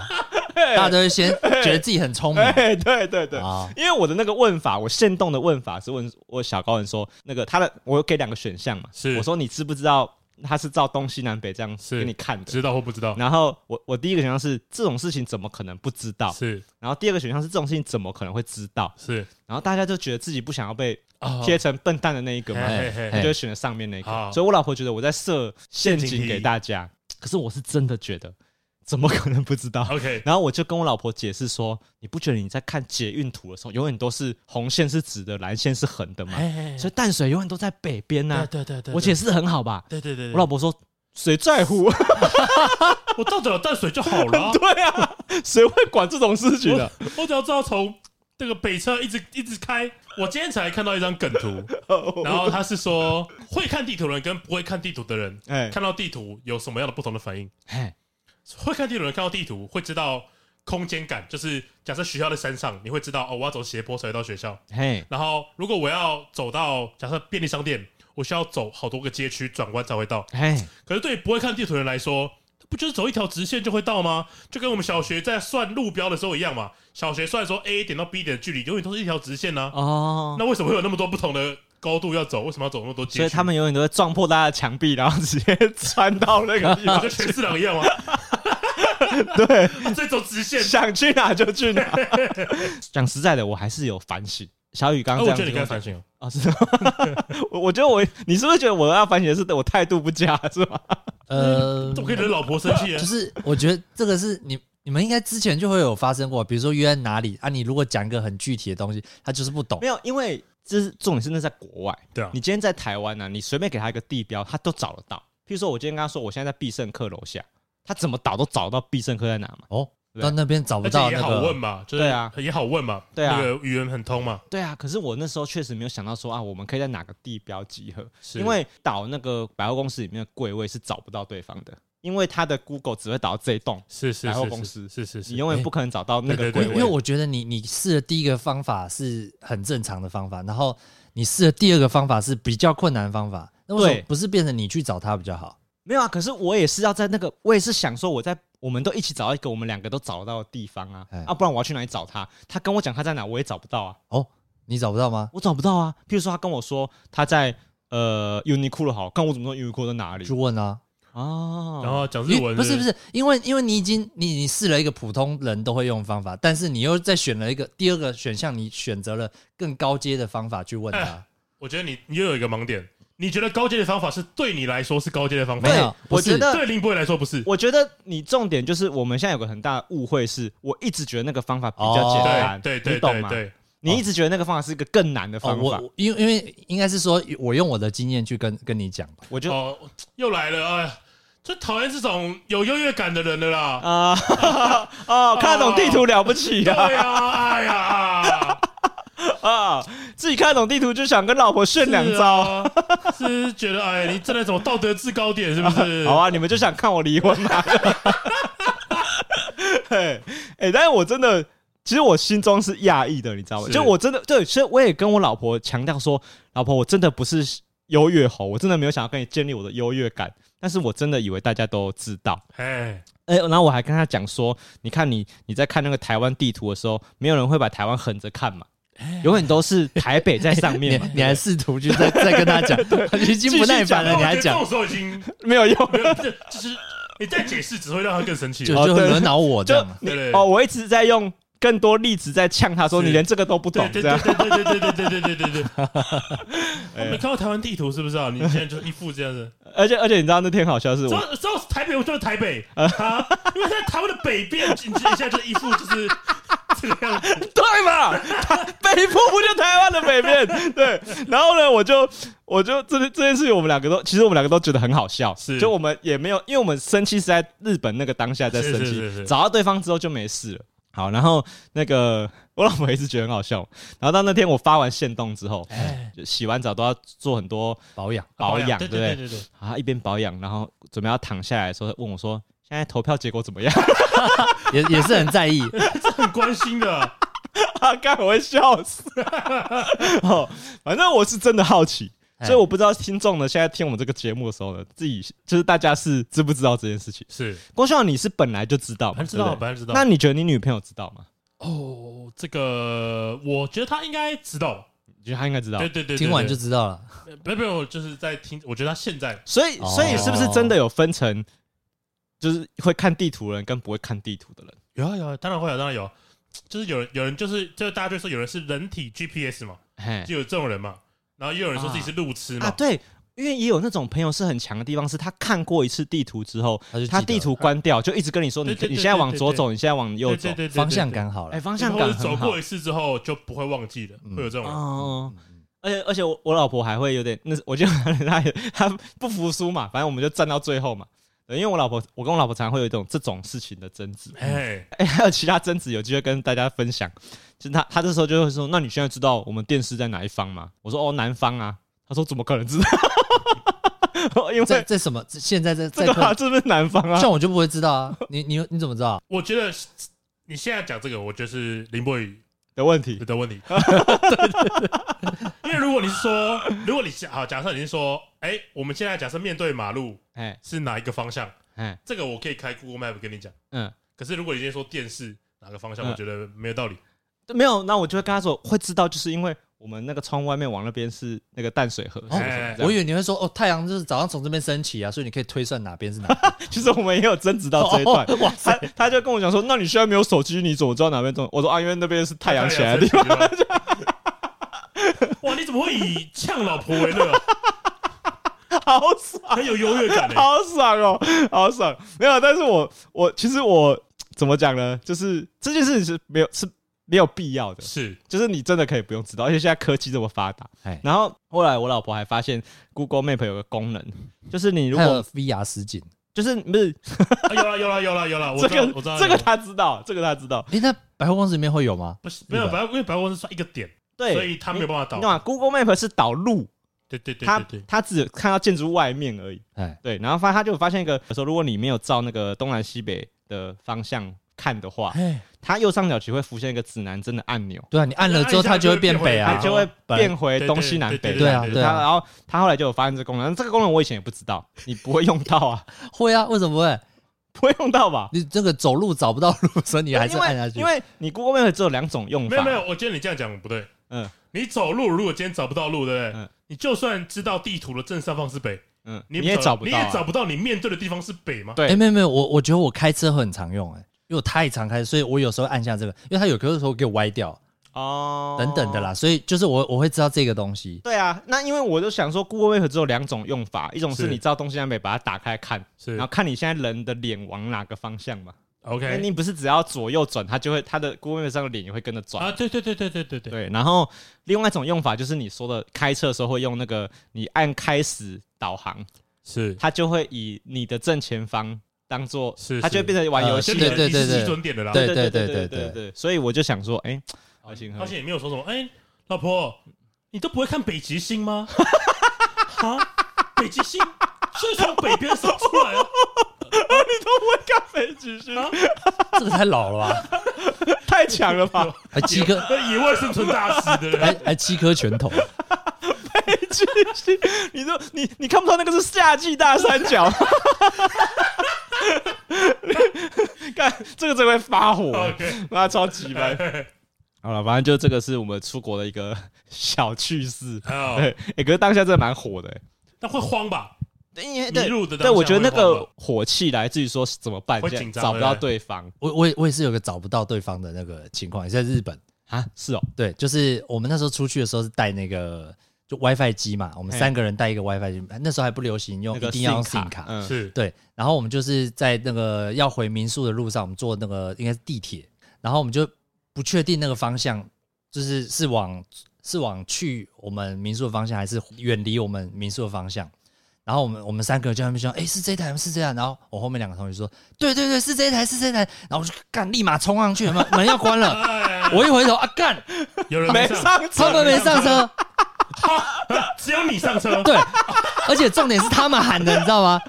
Speaker 3: 大家都会先觉得自己很聪明
Speaker 4: 嗯
Speaker 2: 哎、 对对对，
Speaker 3: 啊。
Speaker 2: 因为我的那个问法，我现动的问法是问我小高人说，那个他的我有给两个选项嘛，
Speaker 4: 是
Speaker 2: 我说你知不知道他是照东西南北这样
Speaker 4: 是
Speaker 2: 给你看的，
Speaker 4: 知道或不知道？
Speaker 2: 然后我我第一个选项是这种事情怎么可能不知道，
Speaker 4: 是
Speaker 2: 然后第二个选项是这种事情怎么可能会知道，
Speaker 4: 是
Speaker 2: 然后大家就觉得自己不想要被
Speaker 4: 啊
Speaker 2: 贴成笨蛋的那一个嘛，
Speaker 4: 嘿嘿
Speaker 2: 他
Speaker 4: 嘿
Speaker 2: 就选了上面那
Speaker 4: 好
Speaker 2: 个，所以我老婆觉得我在设陷
Speaker 4: 陷阱
Speaker 2: 阱
Speaker 4: 题
Speaker 2: 给大家，可是我是真的觉得怎么可能不知道，
Speaker 4: ，OK，
Speaker 2: 然后我就跟我老婆解释说，你不觉得你在看捷运图的时候，永远都是红线是直的，蓝线是横的吗？所以淡水永远都在北边呐、
Speaker 4: 对对对
Speaker 2: 我解释得很好吧？
Speaker 4: 对对对，
Speaker 2: 我老婆说，谁在乎？，
Speaker 4: 我到底有淡水就好了啊
Speaker 2: 对啊，谁会管这种事情啊的？
Speaker 4: 我 只要知道从这个北侧一直一直开。我今天才看到一张梗 图，
Speaker 2: 哦
Speaker 4: 然后他是说会看地图的人跟不会看地图的人
Speaker 2: 哎
Speaker 4: 看到地图有什么样的不同的反应。
Speaker 2: 哎，
Speaker 4: 会看地图的人看到地图会知道空间感，就是假设学校在山上，你会知道哦，我要走斜坡才会到学校。
Speaker 2: 嘿，
Speaker 4: 然后如果我要走到假设便利商店，我需要走好多个街区转弯才会到。
Speaker 2: 嘿，
Speaker 4: 可是对于不会看地图的人来说，不就是走一条直线就会到吗？就跟我们小学在算路标的时候一样嘛。小学算说 A 点到 B 点的距离永远都是一条直线呢、
Speaker 2: 哦，
Speaker 4: 那为什么会有那么多不同的高度要走？为什么要走那么多街区？
Speaker 2: 所以他们永远都会撞破大家的墙壁，然后直接穿到那个地
Speaker 4: 我
Speaker 2: 方
Speaker 4: 跟。全四郎一样吗？
Speaker 2: 对，
Speaker 4: 这走直线。
Speaker 2: 想去哪就去哪。 讲实在的，我还是有反省。小雨刚
Speaker 4: 啊
Speaker 2: 刚
Speaker 4: 我
Speaker 2: 这样
Speaker 4: 觉
Speaker 2: 子
Speaker 4: 得你
Speaker 2: 跟
Speaker 4: 该
Speaker 2: 我
Speaker 4: 反
Speaker 2: 讲
Speaker 4: 省哦。
Speaker 2: 啊，是吗？ 我我觉得我，你是不是觉得我要反省的是我态度不佳是 吗？
Speaker 3: 呃，
Speaker 4: 怎么可以惹老婆生气呢
Speaker 3: 就？是我觉得这个是你你们应该之前就会有发生过，比如说约在哪里啊，你如果讲一个很具体的东西，他就是不懂
Speaker 2: 没。有，因为这是重点是那在国外。
Speaker 4: 对啊
Speaker 2: 你今天在台湾呢、你随便给他一个地标，他都找得到。譬如说，我今天跟他说我现在在必胜客楼下，他怎么找都找到必胜客在哪嘛。
Speaker 3: 哦，
Speaker 2: 对
Speaker 3: 到那边找不
Speaker 4: 而
Speaker 3: 到
Speaker 4: 且也
Speaker 3: 那
Speaker 4: 好问
Speaker 3: 个，
Speaker 4: 嘛，就是
Speaker 2: 对啊
Speaker 4: 也好问嘛，
Speaker 2: 对啊
Speaker 4: 那个语言很通嘛，
Speaker 2: 对啊，可是我那时候确实没有想到说啊，我们可以在哪个地标集合，
Speaker 4: 是
Speaker 2: 因为导那个百货公司里面的柜位是找不到对方的，因为他的 Google 只会导到这一栋，
Speaker 4: 是是
Speaker 2: 百货
Speaker 4: 是
Speaker 2: 公
Speaker 4: 是
Speaker 2: 司
Speaker 4: 是是是哎
Speaker 2: 你，永远不可能找到那个
Speaker 4: 对
Speaker 2: 柜
Speaker 4: 对
Speaker 2: 位。
Speaker 4: 对
Speaker 3: 因为我觉得你你试的第一个方法是很正常的方法，然后你试的第二个方法是比较困难的方法，那为什
Speaker 2: 对
Speaker 3: 么不是变成你去找他比较好？
Speaker 2: 没有啊，可是我也是要在那个，我也是想说，我在我们都一起找到一个我们两个都找得到的地方啊
Speaker 3: 哎，
Speaker 2: 啊，不然我要去哪里找他？他跟我讲他在哪，我也找不到啊，
Speaker 3: 哦，你找不到吗？
Speaker 2: 我找不到啊。譬如说他跟我说他在呃 Uniqlo 好，看我怎么知道 Uniqlo 在哪里
Speaker 3: 去问啊，
Speaker 2: 啊？
Speaker 4: 然后讲日
Speaker 3: 因
Speaker 4: 文
Speaker 3: 为不是
Speaker 4: 是
Speaker 3: 不是，因为因为你已经你你试了一个普通人都会用的方法，但是你又再选了一个第二个选项，你选择了更高阶的方法去问
Speaker 2: 哎
Speaker 3: 他。
Speaker 4: 我觉得你你又有一个盲点，你觉得高阶的方法是对你来说是高阶的方法
Speaker 3: 没，有，不
Speaker 2: 我觉
Speaker 3: 是
Speaker 2: 得
Speaker 4: 对林博伟来说不是。
Speaker 2: 我觉得你重点就是我们现在有个很大的误会是，我一直觉得那个方法比较简单，
Speaker 4: 对哦对对
Speaker 2: 你懂
Speaker 4: 对
Speaker 2: 吗？
Speaker 4: 对，
Speaker 2: 你一直觉得那个方法是一个更难的
Speaker 3: 哦，
Speaker 2: 方
Speaker 3: 我
Speaker 2: 法，
Speaker 3: 我因为因为应该是说，我用我的经验去跟跟你讲 吧。
Speaker 2: 我就
Speaker 4: 哦，又来了，哎呀，最讨厌这种有优越感的人了啦。
Speaker 2: 啊哦，看得懂地图了不起
Speaker 4: 对
Speaker 2: 啊！
Speaker 4: 呀，哎 呀，
Speaker 2: 啊，自己看懂地图就想跟老婆炫两招。
Speaker 4: 招，啊是觉得哎，你站在什么道德制高点是不是？
Speaker 2: 好，啊，你们就想看我离婚 嘛？哎、哎，但是我真的，其实我心中是讶异的，你知道吗？
Speaker 4: 是
Speaker 2: 就我真的，对，所以我也跟我老婆强调说，老婆，我真的不是优越猴，我真的没有想要跟你建立我的优越感，但是我真的以为大家都知道。
Speaker 4: 哎，
Speaker 2: 哎、然后我还跟他讲说，你看你你在看那个台湾地图的时候，没有人会把台湾横着看嘛，永远都是台北在上
Speaker 3: 你
Speaker 2: 面嘛，
Speaker 3: 你还试图去再再跟他讲， 已经不耐烦了，你还
Speaker 4: 我觉得这
Speaker 3: 讲
Speaker 4: 种，时候已经
Speaker 2: 没有用。
Speaker 4: 没有，这就是你再解释只会让他更生气。
Speaker 3: 就
Speaker 2: 哦
Speaker 3: 就
Speaker 2: 对
Speaker 3: 轮到我这
Speaker 2: 就
Speaker 3: 样嘛。
Speaker 2: 你
Speaker 4: 对对对
Speaker 2: 哦，我一直在用更多例子在呛他说，
Speaker 4: 是
Speaker 2: 你连这个都不懂
Speaker 4: 对，对
Speaker 2: 这样哎
Speaker 4: 对对对对对对对对对对。 我没看到台湾地图是不是啊？你现在就一副这样子，
Speaker 2: 而且而且你知道那天好笑的是
Speaker 4: 知
Speaker 2: 我，
Speaker 4: 道知道台北，我就是台北
Speaker 2: 呃
Speaker 4: 啊， 因为在台湾的北边，你现在就一副就是这个样子。
Speaker 2: 对嘛？他北部不就台湾的北 面？对。然后呢，我就我就这这件事情，我们两个都其实我们两个都觉得很好笑，
Speaker 4: 是
Speaker 2: 就我们也没有，因为我们生气是在日本那个当下在生
Speaker 4: 是是是
Speaker 2: 气，
Speaker 4: 是
Speaker 2: 找到对方之后就没事了。好，然后那个 我老婆一直觉得很好笑，然后到那天我发完线动之后，就洗完澡都要做很多
Speaker 3: 保养，
Speaker 2: 保养，
Speaker 4: 哎对
Speaker 2: 不
Speaker 4: 对对对，
Speaker 2: 啊，一边保养，然后准备要躺下来的时候，问我说：“现在投票结果怎么样
Speaker 3: 也也是很 在意。
Speaker 4: 这很关心的。？”
Speaker 2: 啊，干，我会笑死。 哦，反正我是真的好奇，
Speaker 3: 哎
Speaker 2: 所以我不知道听众呢，现在听我们这个节目的时候呢，自己就是大家是知不知道这件事情？
Speaker 4: 是，
Speaker 2: 郭校， 你是本来就知道嘛，
Speaker 4: 本来知道
Speaker 2: 对不对
Speaker 4: 本来知道
Speaker 2: 那你觉得你女朋友知道吗？
Speaker 4: 哦，这个我觉得他应该知道，
Speaker 2: 你觉得她应该知道
Speaker 4: 对？对对，对
Speaker 3: 听完就知道了。
Speaker 4: 对没有没有，就是在听。我觉得他现在
Speaker 2: 所以，
Speaker 3: 哦
Speaker 2: 所以是不是真的有分成，就是会看地图的人跟不会看地图的人？
Speaker 4: 有啊有啊，当然会有，当然有，就是有人有人就是就是大家就说有人是人体 GPS 嘛，
Speaker 2: 嘿，
Speaker 4: 就有这种人嘛，然后也有人说自己是路痴
Speaker 2: 啊，
Speaker 4: 嘛，
Speaker 2: 对，因为也有那种朋友是很强的地方，是他看过一次地图之后
Speaker 3: 他就，记
Speaker 2: 他
Speaker 3: 得嗯
Speaker 2: 地图关掉，就一直跟你说你
Speaker 4: 对对对
Speaker 2: 你现在往左走，你现在往右
Speaker 4: 对
Speaker 2: 走
Speaker 4: 对，对，对
Speaker 3: 方向
Speaker 4: 对
Speaker 3: 感好
Speaker 2: 哎，
Speaker 3: 了。
Speaker 2: 方向
Speaker 4: 或
Speaker 2: 感
Speaker 4: 者走
Speaker 2: 很好
Speaker 4: 过一。次之后就不会忘记了，
Speaker 3: 嗯
Speaker 4: 会有这种人。
Speaker 2: 哦，而且而且我我老婆还会有点，那我就她也她不服输嘛，反正我们就站到最后嘛。对因为我老婆，我跟我老婆常常会有一种这种事情的争执，
Speaker 4: 哎，
Speaker 2: 哎、还有其他争执，有机会跟大家分享。就是她她这时候就会说：“那你现在知道我们电视在哪一方吗？”我说：“哦，南方啊。”她说：“怎么可能知道？” 因为
Speaker 3: 嗯在在什么？这现在在在
Speaker 2: 这个、啊、
Speaker 3: 困
Speaker 2: 这不是南方啊？
Speaker 3: 像我就不会知道啊。你你你怎么 知道？
Speaker 4: 我觉得你现在讲这个，我觉得是林博宇
Speaker 2: 的问题。
Speaker 4: 的 问题。因为如果你是说，如果你是好，假设你是说，哎，我们现在假设面对马路
Speaker 2: 哎
Speaker 4: 是哪一个方向，
Speaker 2: 哎
Speaker 4: 这个我可以开 Google Map 跟你讲。
Speaker 2: 嗯，
Speaker 4: 可是如果你今天说电视哪个方向，
Speaker 2: 嗯
Speaker 4: 我觉得没有道理。
Speaker 2: 没有，那我就会跟他说，会知道，就是因为我们那个窗外面往那边是那个淡水河。
Speaker 3: 哦
Speaker 4: 哎
Speaker 2: 这样
Speaker 3: 我以为你会说哦，太阳就是早上从这边升起啊，所以你可以推算哪边是哪边。
Speaker 2: 其实我们也有争执 到这一段。
Speaker 3: 哦 哇
Speaker 2: 他
Speaker 3: 塞，
Speaker 2: 他就跟我讲说：“那你现在没有手机，你怎么知道哪边重？”我说：“啊，因为那边是太阳起来的地方。
Speaker 4: 方。哇，你怎么会以呛老婆为乐？”啊
Speaker 2: 好爽，
Speaker 4: 很有优越感哎。
Speaker 2: 好爽哦，好爽。没有，但是我我其实我怎么讲呢？就是这件事情是没有是没有必要的，
Speaker 4: 是
Speaker 2: 就是你真的可以不用知道，而且现在科技这么发达
Speaker 3: 哎。
Speaker 2: 然后后来我老婆还发现 Google Map 有个功能，就是你如
Speaker 3: 还有
Speaker 2: 果
Speaker 3: VR 实景，
Speaker 2: 就是不是
Speaker 4: 啊有了有了有了有了，我
Speaker 2: 这
Speaker 4: 知道
Speaker 2: 个
Speaker 4: 我知道
Speaker 2: 这个他知道，这个他知道。
Speaker 3: 诶，那百货公司里面会有吗？
Speaker 4: 不是没有白因为白公是算一个点，
Speaker 2: 对，
Speaker 4: 所以他没有办法
Speaker 2: 你
Speaker 4: 倒
Speaker 2: 懂。吗？Google Map 是导路，
Speaker 4: 对对对
Speaker 2: 它
Speaker 4: 对对，
Speaker 2: 它只看到建筑外面而已。
Speaker 3: 哎，
Speaker 2: 对，然后发他就有发现一个说，如果你没有照那个东南西北的方向看的话，
Speaker 3: 哎，
Speaker 2: 它右上角其实会浮现一个指南针的按钮，
Speaker 3: 对啊，你按了之后它就会变北
Speaker 2: 它
Speaker 3: 啊
Speaker 4: 哎。
Speaker 2: 就会
Speaker 3: 本
Speaker 2: 变回东西南北。
Speaker 3: 对啊对
Speaker 2: 他然后他后来就有发现这个功能，这个功能我以前也不知道，你不会用到啊，
Speaker 3: 会啊，为什么不会？
Speaker 2: 不会用到吧？
Speaker 3: 你这个走路找不到路，所以你还是
Speaker 2: 因为
Speaker 3: 按下去
Speaker 2: 因。为你 Google Map 只有两种用
Speaker 4: 没有
Speaker 2: 法，
Speaker 4: 没有，我觉得你这样讲不对。
Speaker 2: 嗯，
Speaker 4: 你走路如果今天找不到路，对不对
Speaker 2: 嗯？
Speaker 4: 你就算知道地图的正上方是北，
Speaker 2: 嗯，
Speaker 4: 你
Speaker 2: 也找不
Speaker 4: 你
Speaker 2: 到
Speaker 4: 也找
Speaker 2: 啊，
Speaker 4: 不到你面对的地方是北吗？
Speaker 2: 对
Speaker 3: 哎，没有没有，我我觉得我开车很常用，哎，因为我太常开，所以我有时候按下这个，因为它有的时候给我歪掉
Speaker 2: 哦
Speaker 3: 等等的啦，。所以就是我我会知道这个 东西。
Speaker 2: 对啊，那因为我就想说，Google Map 只有两种用法，一种是
Speaker 4: 是
Speaker 2: 你照东西南北把它打开看，
Speaker 4: 是
Speaker 2: 然后看你现在人的脸往哪个方向嘛。那
Speaker 4: OK
Speaker 2: 你不是只要左右转，它就会它的 Google Map 上的脸也会跟着转。
Speaker 4: 啊，对对对对对对对，
Speaker 2: 对，然后另外一种用法就是你说的开车的时候会用那个，你按开始导航，
Speaker 4: 是
Speaker 2: 它就会以你的正前方当做，
Speaker 4: 是是
Speaker 2: 它就会变成玩游戏
Speaker 4: 就
Speaker 2: 的。
Speaker 4: 你
Speaker 3: 对对
Speaker 4: 你是
Speaker 3: 对对
Speaker 4: 基准点的啦。
Speaker 3: 对
Speaker 2: 对
Speaker 3: 对
Speaker 2: 对对
Speaker 3: 对对
Speaker 2: 对，所以我就想说，哎，好心
Speaker 4: 而
Speaker 2: 好
Speaker 4: 且
Speaker 2: 心，
Speaker 4: 也没有说什么，哎，老婆，你都不会看北极 星吗？啊，北极星是从北边扫出来啊！
Speaker 2: 干飞只是
Speaker 3: 这个太老 了吧？
Speaker 2: 太强了吧？
Speaker 3: 还七颗，
Speaker 4: 野外生存大师对不
Speaker 3: 还
Speaker 4: 对？
Speaker 3: 还七颗拳头，
Speaker 2: 巨星， 你说你你看不到那个是夏季大三角， 看这个真会发火，
Speaker 4: OK
Speaker 2: 妈超级 白。好了，反正就这个是我们出国的一个小趣事。
Speaker 4: 好
Speaker 2: 对，哎、可是当下真的蛮火的、
Speaker 4: 哦那会慌吧？
Speaker 2: 欸，因为
Speaker 4: 迷路的当下
Speaker 2: 对，我觉得那
Speaker 4: 会
Speaker 2: 个
Speaker 4: 慌吧
Speaker 2: 火气来自于说怎么办，
Speaker 4: 会
Speaker 2: 这样
Speaker 4: 紧张
Speaker 2: 找不到
Speaker 4: 对
Speaker 2: 对方
Speaker 3: 我我也我也是有个找不到对方的那个情况，也是在日本。
Speaker 2: 啊，是哦，
Speaker 3: 对，就是我们那时候出去的时候是带那个就 WiFi 机嘛，我们
Speaker 2: 嘿
Speaker 3: 三个人带一个 WiFi 机，那时候还不流行用，
Speaker 2: 那
Speaker 3: 一
Speaker 2: 个
Speaker 3: 定要用
Speaker 2: SIM
Speaker 3: SIM 卡。
Speaker 2: 嗯，
Speaker 4: 是
Speaker 3: 对，然后我们就是在那个要回民宿的路上，我们坐那个应该是地铁，然后我们就不确定那个方向，就是是往是往去我们民宿的方向，还是远离我们民宿的方向。然后我们我们三个就在那边说，哎、是这台吗？是这台。然后我后面两个同学说，对对对，是这台，是这台。然后我就干，立马冲上去，门门要关了。
Speaker 4: 哎，
Speaker 3: 我一回头啊，干，
Speaker 4: 有人
Speaker 2: 没
Speaker 4: 上，
Speaker 2: 上车
Speaker 3: 他们没上车。
Speaker 4: 只有你上车。
Speaker 3: 对，而且重点是他们喊的，你知道吗？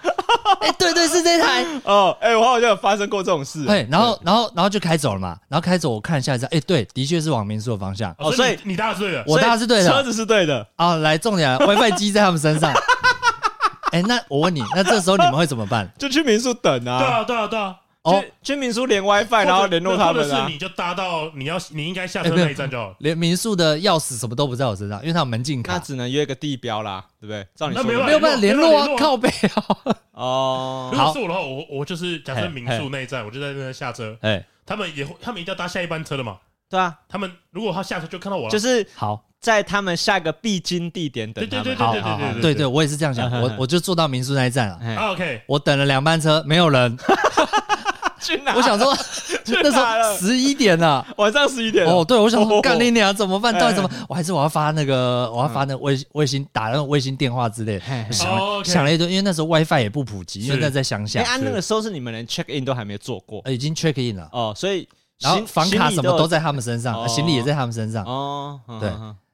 Speaker 3: 哎、对对，是这台。
Speaker 2: 哦，哎、我好像有发生过这种事，
Speaker 3: 哎，然后然后然后就开走了嘛，然后开走我看一下一下，哎、对，的确是往民宿的方向。
Speaker 2: 哦所以
Speaker 4: 你你答对了，
Speaker 3: 我当然是对
Speaker 2: 车
Speaker 3: 的
Speaker 2: 子是对的，
Speaker 3: 啊，来重点了，WiFi 机在他们身上。 哎、那我问你，那这时候你们会怎么办？
Speaker 2: 就去民宿等
Speaker 4: 对啊对啊对啊。
Speaker 3: 哦，
Speaker 2: 去去民宿连 WiFi，然后哎联络他
Speaker 4: 或者
Speaker 2: 们
Speaker 4: 是
Speaker 2: 啊。
Speaker 4: 你就搭到你要你应该下
Speaker 3: 哎
Speaker 4: 车
Speaker 3: 没有
Speaker 4: 那一站就好了。
Speaker 3: 连民宿的钥匙什么都不在我身上，因为他有门禁
Speaker 2: 那
Speaker 3: 卡，
Speaker 2: 只能约个地标啦，对不对？照你说的，
Speaker 4: 那
Speaker 3: 没有办法联络啊，靠背啊。
Speaker 2: 哦
Speaker 4: 如。 果是我的话，我我就是假
Speaker 3: 嘿
Speaker 4: 设民宿那一站，我就在那边下车。
Speaker 3: 哎、
Speaker 4: 他们也会，他们一定要搭下一班车的嘛。
Speaker 2: 对啊，
Speaker 4: 他们如果他下车就看到我了，
Speaker 2: 就是是
Speaker 3: 好，
Speaker 2: 在他们下个必经地点等他们。
Speaker 4: 对对
Speaker 3: 好，
Speaker 4: 对
Speaker 3: 好，好，
Speaker 4: 对
Speaker 3: 对
Speaker 4: 对
Speaker 3: 对我也是这样想，我我就坐到民宿那一站了。
Speaker 2: 哎
Speaker 4: 啊 OK，
Speaker 3: 我等了两班车，没有人。
Speaker 2: 去哪？
Speaker 3: 我想说， 那时
Speaker 2: 哪了
Speaker 3: 候十一点了，
Speaker 2: 晚上十一点
Speaker 3: 哦，
Speaker 2: 了
Speaker 3: 对，我想
Speaker 2: 哦
Speaker 3: 说干你娘怎么办？
Speaker 2: 哎
Speaker 3: 到底怎么？我还是我要发那个，我要发那个卫卫星打那个卫星电话之类的
Speaker 2: 嘿嘿。
Speaker 3: 我 想
Speaker 4: 哦
Speaker 3: 了
Speaker 4: ，OK
Speaker 3: 想了一堆，因为那时候 WiFi 也不普及，因为
Speaker 4: 是
Speaker 3: 那在乡
Speaker 2: 哎，
Speaker 3: 下，
Speaker 2: 啊，那个时候是你们连 check in 都还没做过
Speaker 3: 呃已经 check in 了，
Speaker 2: 哦，所以
Speaker 3: 然后
Speaker 2: 行
Speaker 3: 房卡什么都在他们身
Speaker 2: 行
Speaker 3: 上，
Speaker 2: 李都
Speaker 3: 呃行李也在他们身上。
Speaker 2: 哦，
Speaker 3: 对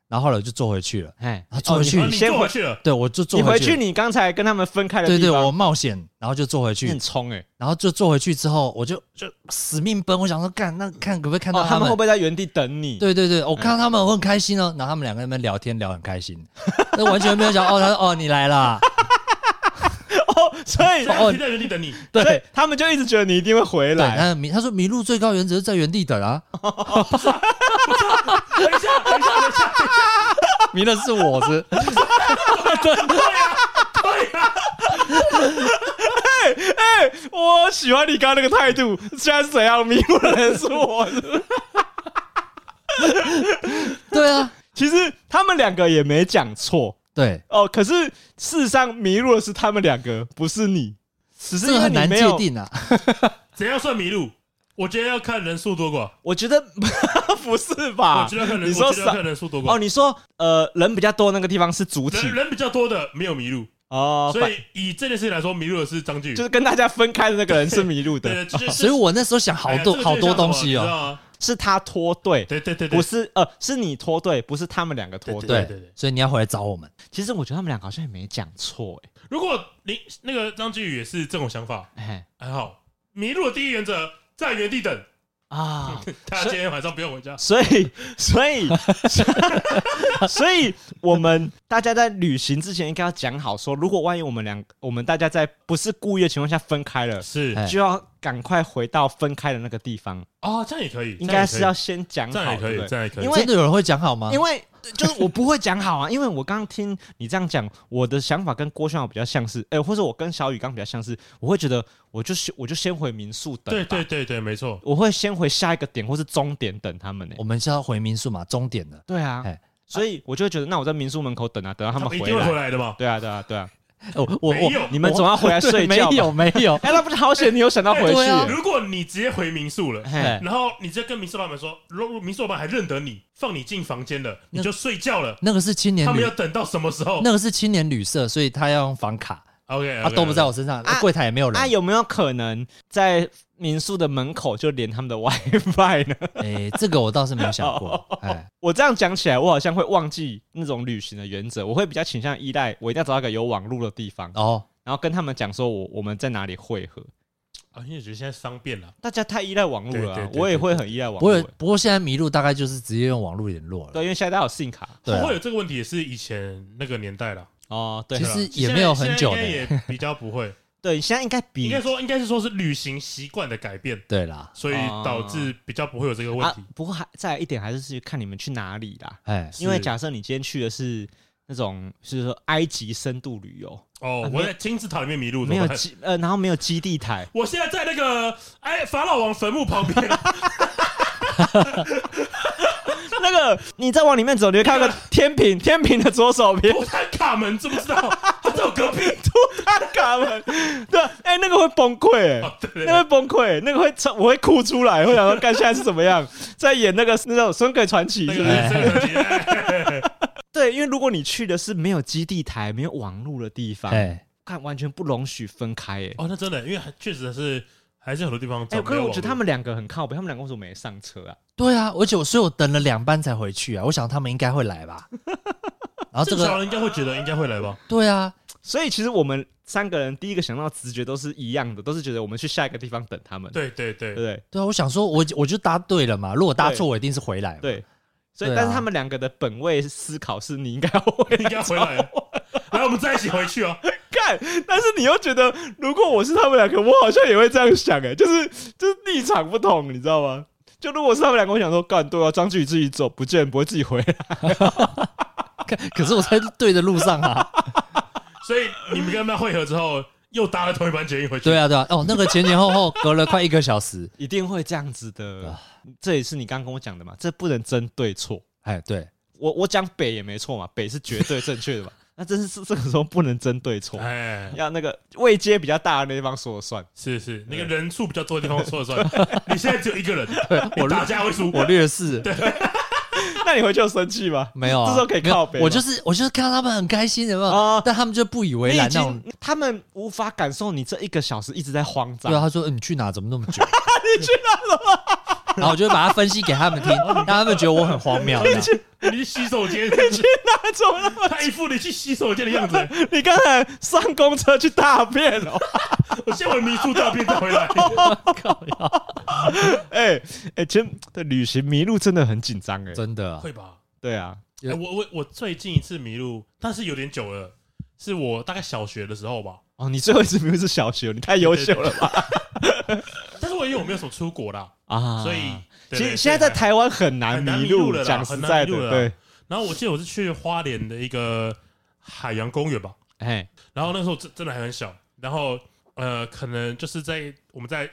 Speaker 3: 然后后来我就坐回去了，
Speaker 2: 哎
Speaker 3: 啊坐回去
Speaker 4: 啊
Speaker 2: 你
Speaker 4: 你
Speaker 2: 先
Speaker 4: 坐
Speaker 2: 回
Speaker 4: 回，去了，
Speaker 3: 对我就坐
Speaker 2: 你回去
Speaker 3: 去。
Speaker 2: 你刚才跟他们分开的
Speaker 3: 对
Speaker 2: 地
Speaker 3: 对，我
Speaker 2: 方，
Speaker 3: 冒险，然后就坐回
Speaker 2: 你很
Speaker 3: 去，
Speaker 2: 冲哎，
Speaker 3: 然后就坐回去之后，我就就死命奔，我想说干，那看可不可以看
Speaker 2: 哦
Speaker 3: 到，
Speaker 2: 他们
Speaker 3: 们
Speaker 2: 会不？嗯会在原地等你？
Speaker 3: 对对对，我看到他们我很开心哦，然后他们两个人在那边聊天聊很开心，那完全没有想哦，他说哦你来啦，
Speaker 2: 哦，所以
Speaker 4: 我停在原地等你。
Speaker 3: 对
Speaker 2: 所以他们就一直觉得你一定会回
Speaker 3: 对，
Speaker 2: 来。
Speaker 3: 他迷他说迷路最高原则是在原地等啊，
Speaker 4: 等一下，等一下，等一下，等一下，
Speaker 3: 迷的是我是，
Speaker 2: 啊哎我喜欢你刚刚那个态度，现在是怎样？迷惑的人是我。
Speaker 3: 对啊，
Speaker 2: 其实他们两个也没讲错
Speaker 3: 对，
Speaker 2: 哦，可是事实上迷路的是他们两个，不是你。只是
Speaker 3: 这
Speaker 2: 因
Speaker 3: 个
Speaker 2: 为
Speaker 3: 很
Speaker 2: 你
Speaker 3: 难
Speaker 2: 没
Speaker 3: 界
Speaker 2: 有。
Speaker 3: 定啊。
Speaker 4: 怎样算迷路？我觉得要看人数多寡，
Speaker 2: 我觉得不是吧
Speaker 4: 我？觉得看人，
Speaker 2: 啊你
Speaker 4: 我
Speaker 2: 说
Speaker 4: 觉得看
Speaker 2: 少
Speaker 4: 人数多
Speaker 2: 哦？
Speaker 4: 寡。
Speaker 2: 你说呃，人比较多那个地方是主体
Speaker 4: 人人比较多的没有迷路，
Speaker 2: 哦，
Speaker 4: 所
Speaker 2: 反
Speaker 4: 以以这件事情来说，迷路的是张俊宇
Speaker 2: 就。是跟大家分开的那个人是迷路
Speaker 4: 对，
Speaker 2: 的，
Speaker 4: 对 就是 哎
Speaker 3: 所以我那时候想好多好多东西哦，
Speaker 4: 哦。
Speaker 2: 是他脱队，
Speaker 4: 对对对，
Speaker 2: 啊
Speaker 4: 对
Speaker 2: 不是呃，是你脱队，不是他们两个脱
Speaker 4: 对
Speaker 2: 队。
Speaker 4: 对对
Speaker 3: 所以你要回来找我们。
Speaker 2: 其实我觉得他们两个好像也没讲错，
Speaker 4: 如果你那个张俊宇也是这种想法，
Speaker 2: 哎
Speaker 4: 还好。迷路的第一原则，在原地等。
Speaker 2: 哎啊，
Speaker 4: 他今天晚上不用回家。
Speaker 2: 所以， 所以，所以，我们大家在旅行之前应该要讲好说，如果万一我们两我们大家在不是故意的情况下分开了，
Speaker 4: 是
Speaker 3: 哎
Speaker 2: 就要赶快回到分开的那个地方，
Speaker 4: 哦，这样也可以，
Speaker 2: 应该是要先讲
Speaker 4: 这样
Speaker 2: 好，
Speaker 4: 也可以，
Speaker 2: 对不
Speaker 4: 这
Speaker 2: 对
Speaker 4: 样也可以，
Speaker 2: 因为
Speaker 3: 真的有人会讲好吗？
Speaker 2: 因为就是我不会讲好啊，因为我刚刚听你这样讲，我的想法跟郭轩豪比较像是，哎、或者我跟小雨刚比较像是，我会觉得我就先我就先回民宿等，
Speaker 4: 对对，对对，没错。
Speaker 2: 我会先回下一个点或是终点等他们呢、
Speaker 3: 我们是要回民宿嘛，终点了。
Speaker 2: 对啊
Speaker 3: 哎，
Speaker 2: 所以我就会觉得，那我在民宿门口等啊，等到他们
Speaker 4: 一
Speaker 2: 回
Speaker 4: 定会回
Speaker 2: 来。
Speaker 4: 来的嘛。
Speaker 2: 对啊，对啊，对啊。
Speaker 3: 我哦我
Speaker 4: 没
Speaker 3: 我
Speaker 4: 有，
Speaker 2: 你们总要回来睡觉吧
Speaker 3: 没有没有，
Speaker 2: 哎，那不是好险，你有想到回
Speaker 3: 对啊
Speaker 2: 去。
Speaker 4: 如果你直接回民宿了，
Speaker 2: 哎，
Speaker 4: 然后你直接跟民宿老板说，如果民宿老板还认得你，放你进房间了，你就睡觉了。
Speaker 3: 那个是青年
Speaker 4: 他们
Speaker 3: 旅
Speaker 4: 要，等到什么时候
Speaker 3: 那个是青年旅社，所以他要用房卡，
Speaker 4: ？OK，
Speaker 3: 他都不在。我身上，
Speaker 2: 啊
Speaker 3: 柜台也没有人
Speaker 2: 那。有没有可能在民宿的门口就连他们的 WiFi 呢？
Speaker 3: 哎，这个我倒是没有想过。
Speaker 4: 哦
Speaker 3: 哎，
Speaker 2: 我这样讲起来，我好像会忘记那种旅行的原则，我会比较倾向依赖，我一定要找到一个有网络的地方，
Speaker 3: 哦，
Speaker 2: 然后跟他们讲说我我们在哪里汇合。
Speaker 4: 啊，因为觉得现在方便了，
Speaker 2: 大家太依赖网络了
Speaker 4: 对
Speaker 2: 啊
Speaker 4: 对，对
Speaker 2: 我也会很依赖网
Speaker 3: 不过
Speaker 4: 哎
Speaker 2: 络。
Speaker 3: 不过现在迷路大概就是直接用网络联络了。
Speaker 2: 对，因为现在大家有信卡
Speaker 3: 对啊
Speaker 4: 会有这个问题也是以前那个年代了，
Speaker 2: 哦，对
Speaker 3: 其
Speaker 4: 对
Speaker 3: 实
Speaker 4: 啊
Speaker 3: 也没有很久
Speaker 4: 现在现在应该也比较不 会。
Speaker 2: 对，现在应该
Speaker 4: 应
Speaker 2: 比
Speaker 4: 该说，应该是说是旅行习惯的改变，
Speaker 3: 对啦，
Speaker 4: 所以导致比较不会有这个问
Speaker 2: 啊
Speaker 4: 题。，
Speaker 2: 不过还再来一点还是是看你们去哪里啦。
Speaker 3: 哎，
Speaker 2: 因为假设你今天去的是那种，就是说埃及深度旅游，
Speaker 3: 啊
Speaker 4: 哦，我在金字塔里面迷路，
Speaker 2: 没有
Speaker 4: 怎么办
Speaker 2: 基呃，然后没有基地台，
Speaker 4: 我现在在那个哎法老王坟墓旁边，
Speaker 2: 那个你再往里面走，你会 看到个天平，天平的左手边
Speaker 4: 我在卡门，知不知道？他在我隔壁。
Speaker 2: 吐他卡门，对，哎、那个会崩溃、欸
Speaker 4: 哦，对对
Speaker 2: 那个会崩溃、欸那个会超我会哭出来，会想说干现在是怎么样，在演那个那种《孙鬼传奇》
Speaker 4: 那
Speaker 2: 是
Speaker 4: 个
Speaker 2: 不是？
Speaker 4: 人生很急哎
Speaker 2: 对，因为如果你去的是没有基地台、没有网络的地方，
Speaker 3: 哎，
Speaker 2: 看完全不容许分开、欸，哎、
Speaker 4: 哦，那真的，因为还确实是还是很多地方找
Speaker 2: 哎，
Speaker 4: 不
Speaker 2: 可
Speaker 4: 到
Speaker 2: 是
Speaker 4: 网
Speaker 2: 我
Speaker 4: 络。
Speaker 2: 觉得他们两个很靠北，他们两个为什么没上车啊？
Speaker 3: 对啊，而且我所以我等了两班才回去啊，我想他们应该会来 吧。然后这
Speaker 4: 正常
Speaker 3: 个
Speaker 4: 啊人应该会觉得应该会来吧？
Speaker 3: 对啊，
Speaker 2: 所以其实我们三个人第一个想到的直觉都是一样的，都是觉得我们去下一个地方等他们，
Speaker 4: 对对
Speaker 2: 对
Speaker 4: 对
Speaker 2: 不，对？
Speaker 3: 对啊，我想说我我就答对了嘛，如果答错我一定是回来嘛。
Speaker 2: 对。所以，
Speaker 3: 对啊
Speaker 2: 但是他们两个的本位思考是你应该会
Speaker 4: 应该回 来。来，我们再一起回去哦。
Speaker 2: 干，但是你又觉得，如果我是他们两个，我好像也会这样想、哎，就是就是立场不同，你知道吗？就如果是他们两个，我想说，干对啊，张继宇自己走不见，不会自己回来。
Speaker 3: 可 可是我在对的路上啊。
Speaker 4: 所以你们跟他们会合之后，又搭了同一班捷运回去。
Speaker 3: 对啊，对啊，哦，那个前前后后隔了快一个小时。
Speaker 2: 一定会这样子的
Speaker 3: 啊，
Speaker 2: 这也是你刚跟我讲的嘛，这不能争对错。
Speaker 3: 哎，对，
Speaker 2: 我我讲北也没错嘛，北是绝对正确的嘛。 那真是这个时候不能争对错，
Speaker 4: 哎，
Speaker 2: 要那个位阶比较大的那地方说了算。
Speaker 4: 是是，那个人数比较多的地方说了算。 你现在只有一个人，我打架会输。
Speaker 3: 我略是
Speaker 2: 那你回去有生气吗？
Speaker 3: 没有啊，
Speaker 2: 这时候可以
Speaker 3: 没有
Speaker 2: 靠北吗
Speaker 3: 我就是我就是看到他们很开心，有没
Speaker 2: 啊
Speaker 3: 有？但他们就不以为
Speaker 2: 你已
Speaker 3: 然那种
Speaker 2: 经。嗯他们无法感受你这一个小时一直在慌张
Speaker 3: 对啊，。他说、呃你去哪怎么那么久？你去哪怎么？ 然后我就会把它分析给 他们听，让他们觉得我很荒谬。这样
Speaker 4: 你去洗手 间，
Speaker 2: 那怎么那么？
Speaker 4: 他一副你去洗手间的样子。欸
Speaker 2: 你刚才上公车去大便 哦？
Speaker 4: 我先回民宿大便再回来。
Speaker 2: 哎哎、其实对旅行迷路真的很紧张哎。
Speaker 3: 真的啊，
Speaker 4: 会吧？
Speaker 2: 对啊，
Speaker 4: 哎我我我最近一次迷路，但是有点久了，是我大概小学的时候吧。
Speaker 2: 哦，你最后一次迷路是小学，哦你太优秀了吧？
Speaker 4: 但是我因为我没有什么出国啦，
Speaker 2: 啊
Speaker 4: 所以
Speaker 2: 其实现在在，台湾很难
Speaker 4: 很难
Speaker 2: 迷
Speaker 4: 迷路
Speaker 2: 路
Speaker 4: 了，啦
Speaker 2: 讲实在
Speaker 4: 很难迷路
Speaker 2: 的，
Speaker 4: 了
Speaker 2: 对
Speaker 4: 对然后我记得我是去花莲的一个海洋公园吧，
Speaker 2: 哎，
Speaker 4: 然后那时候真真的还很小，然后呃，可能就是在我们在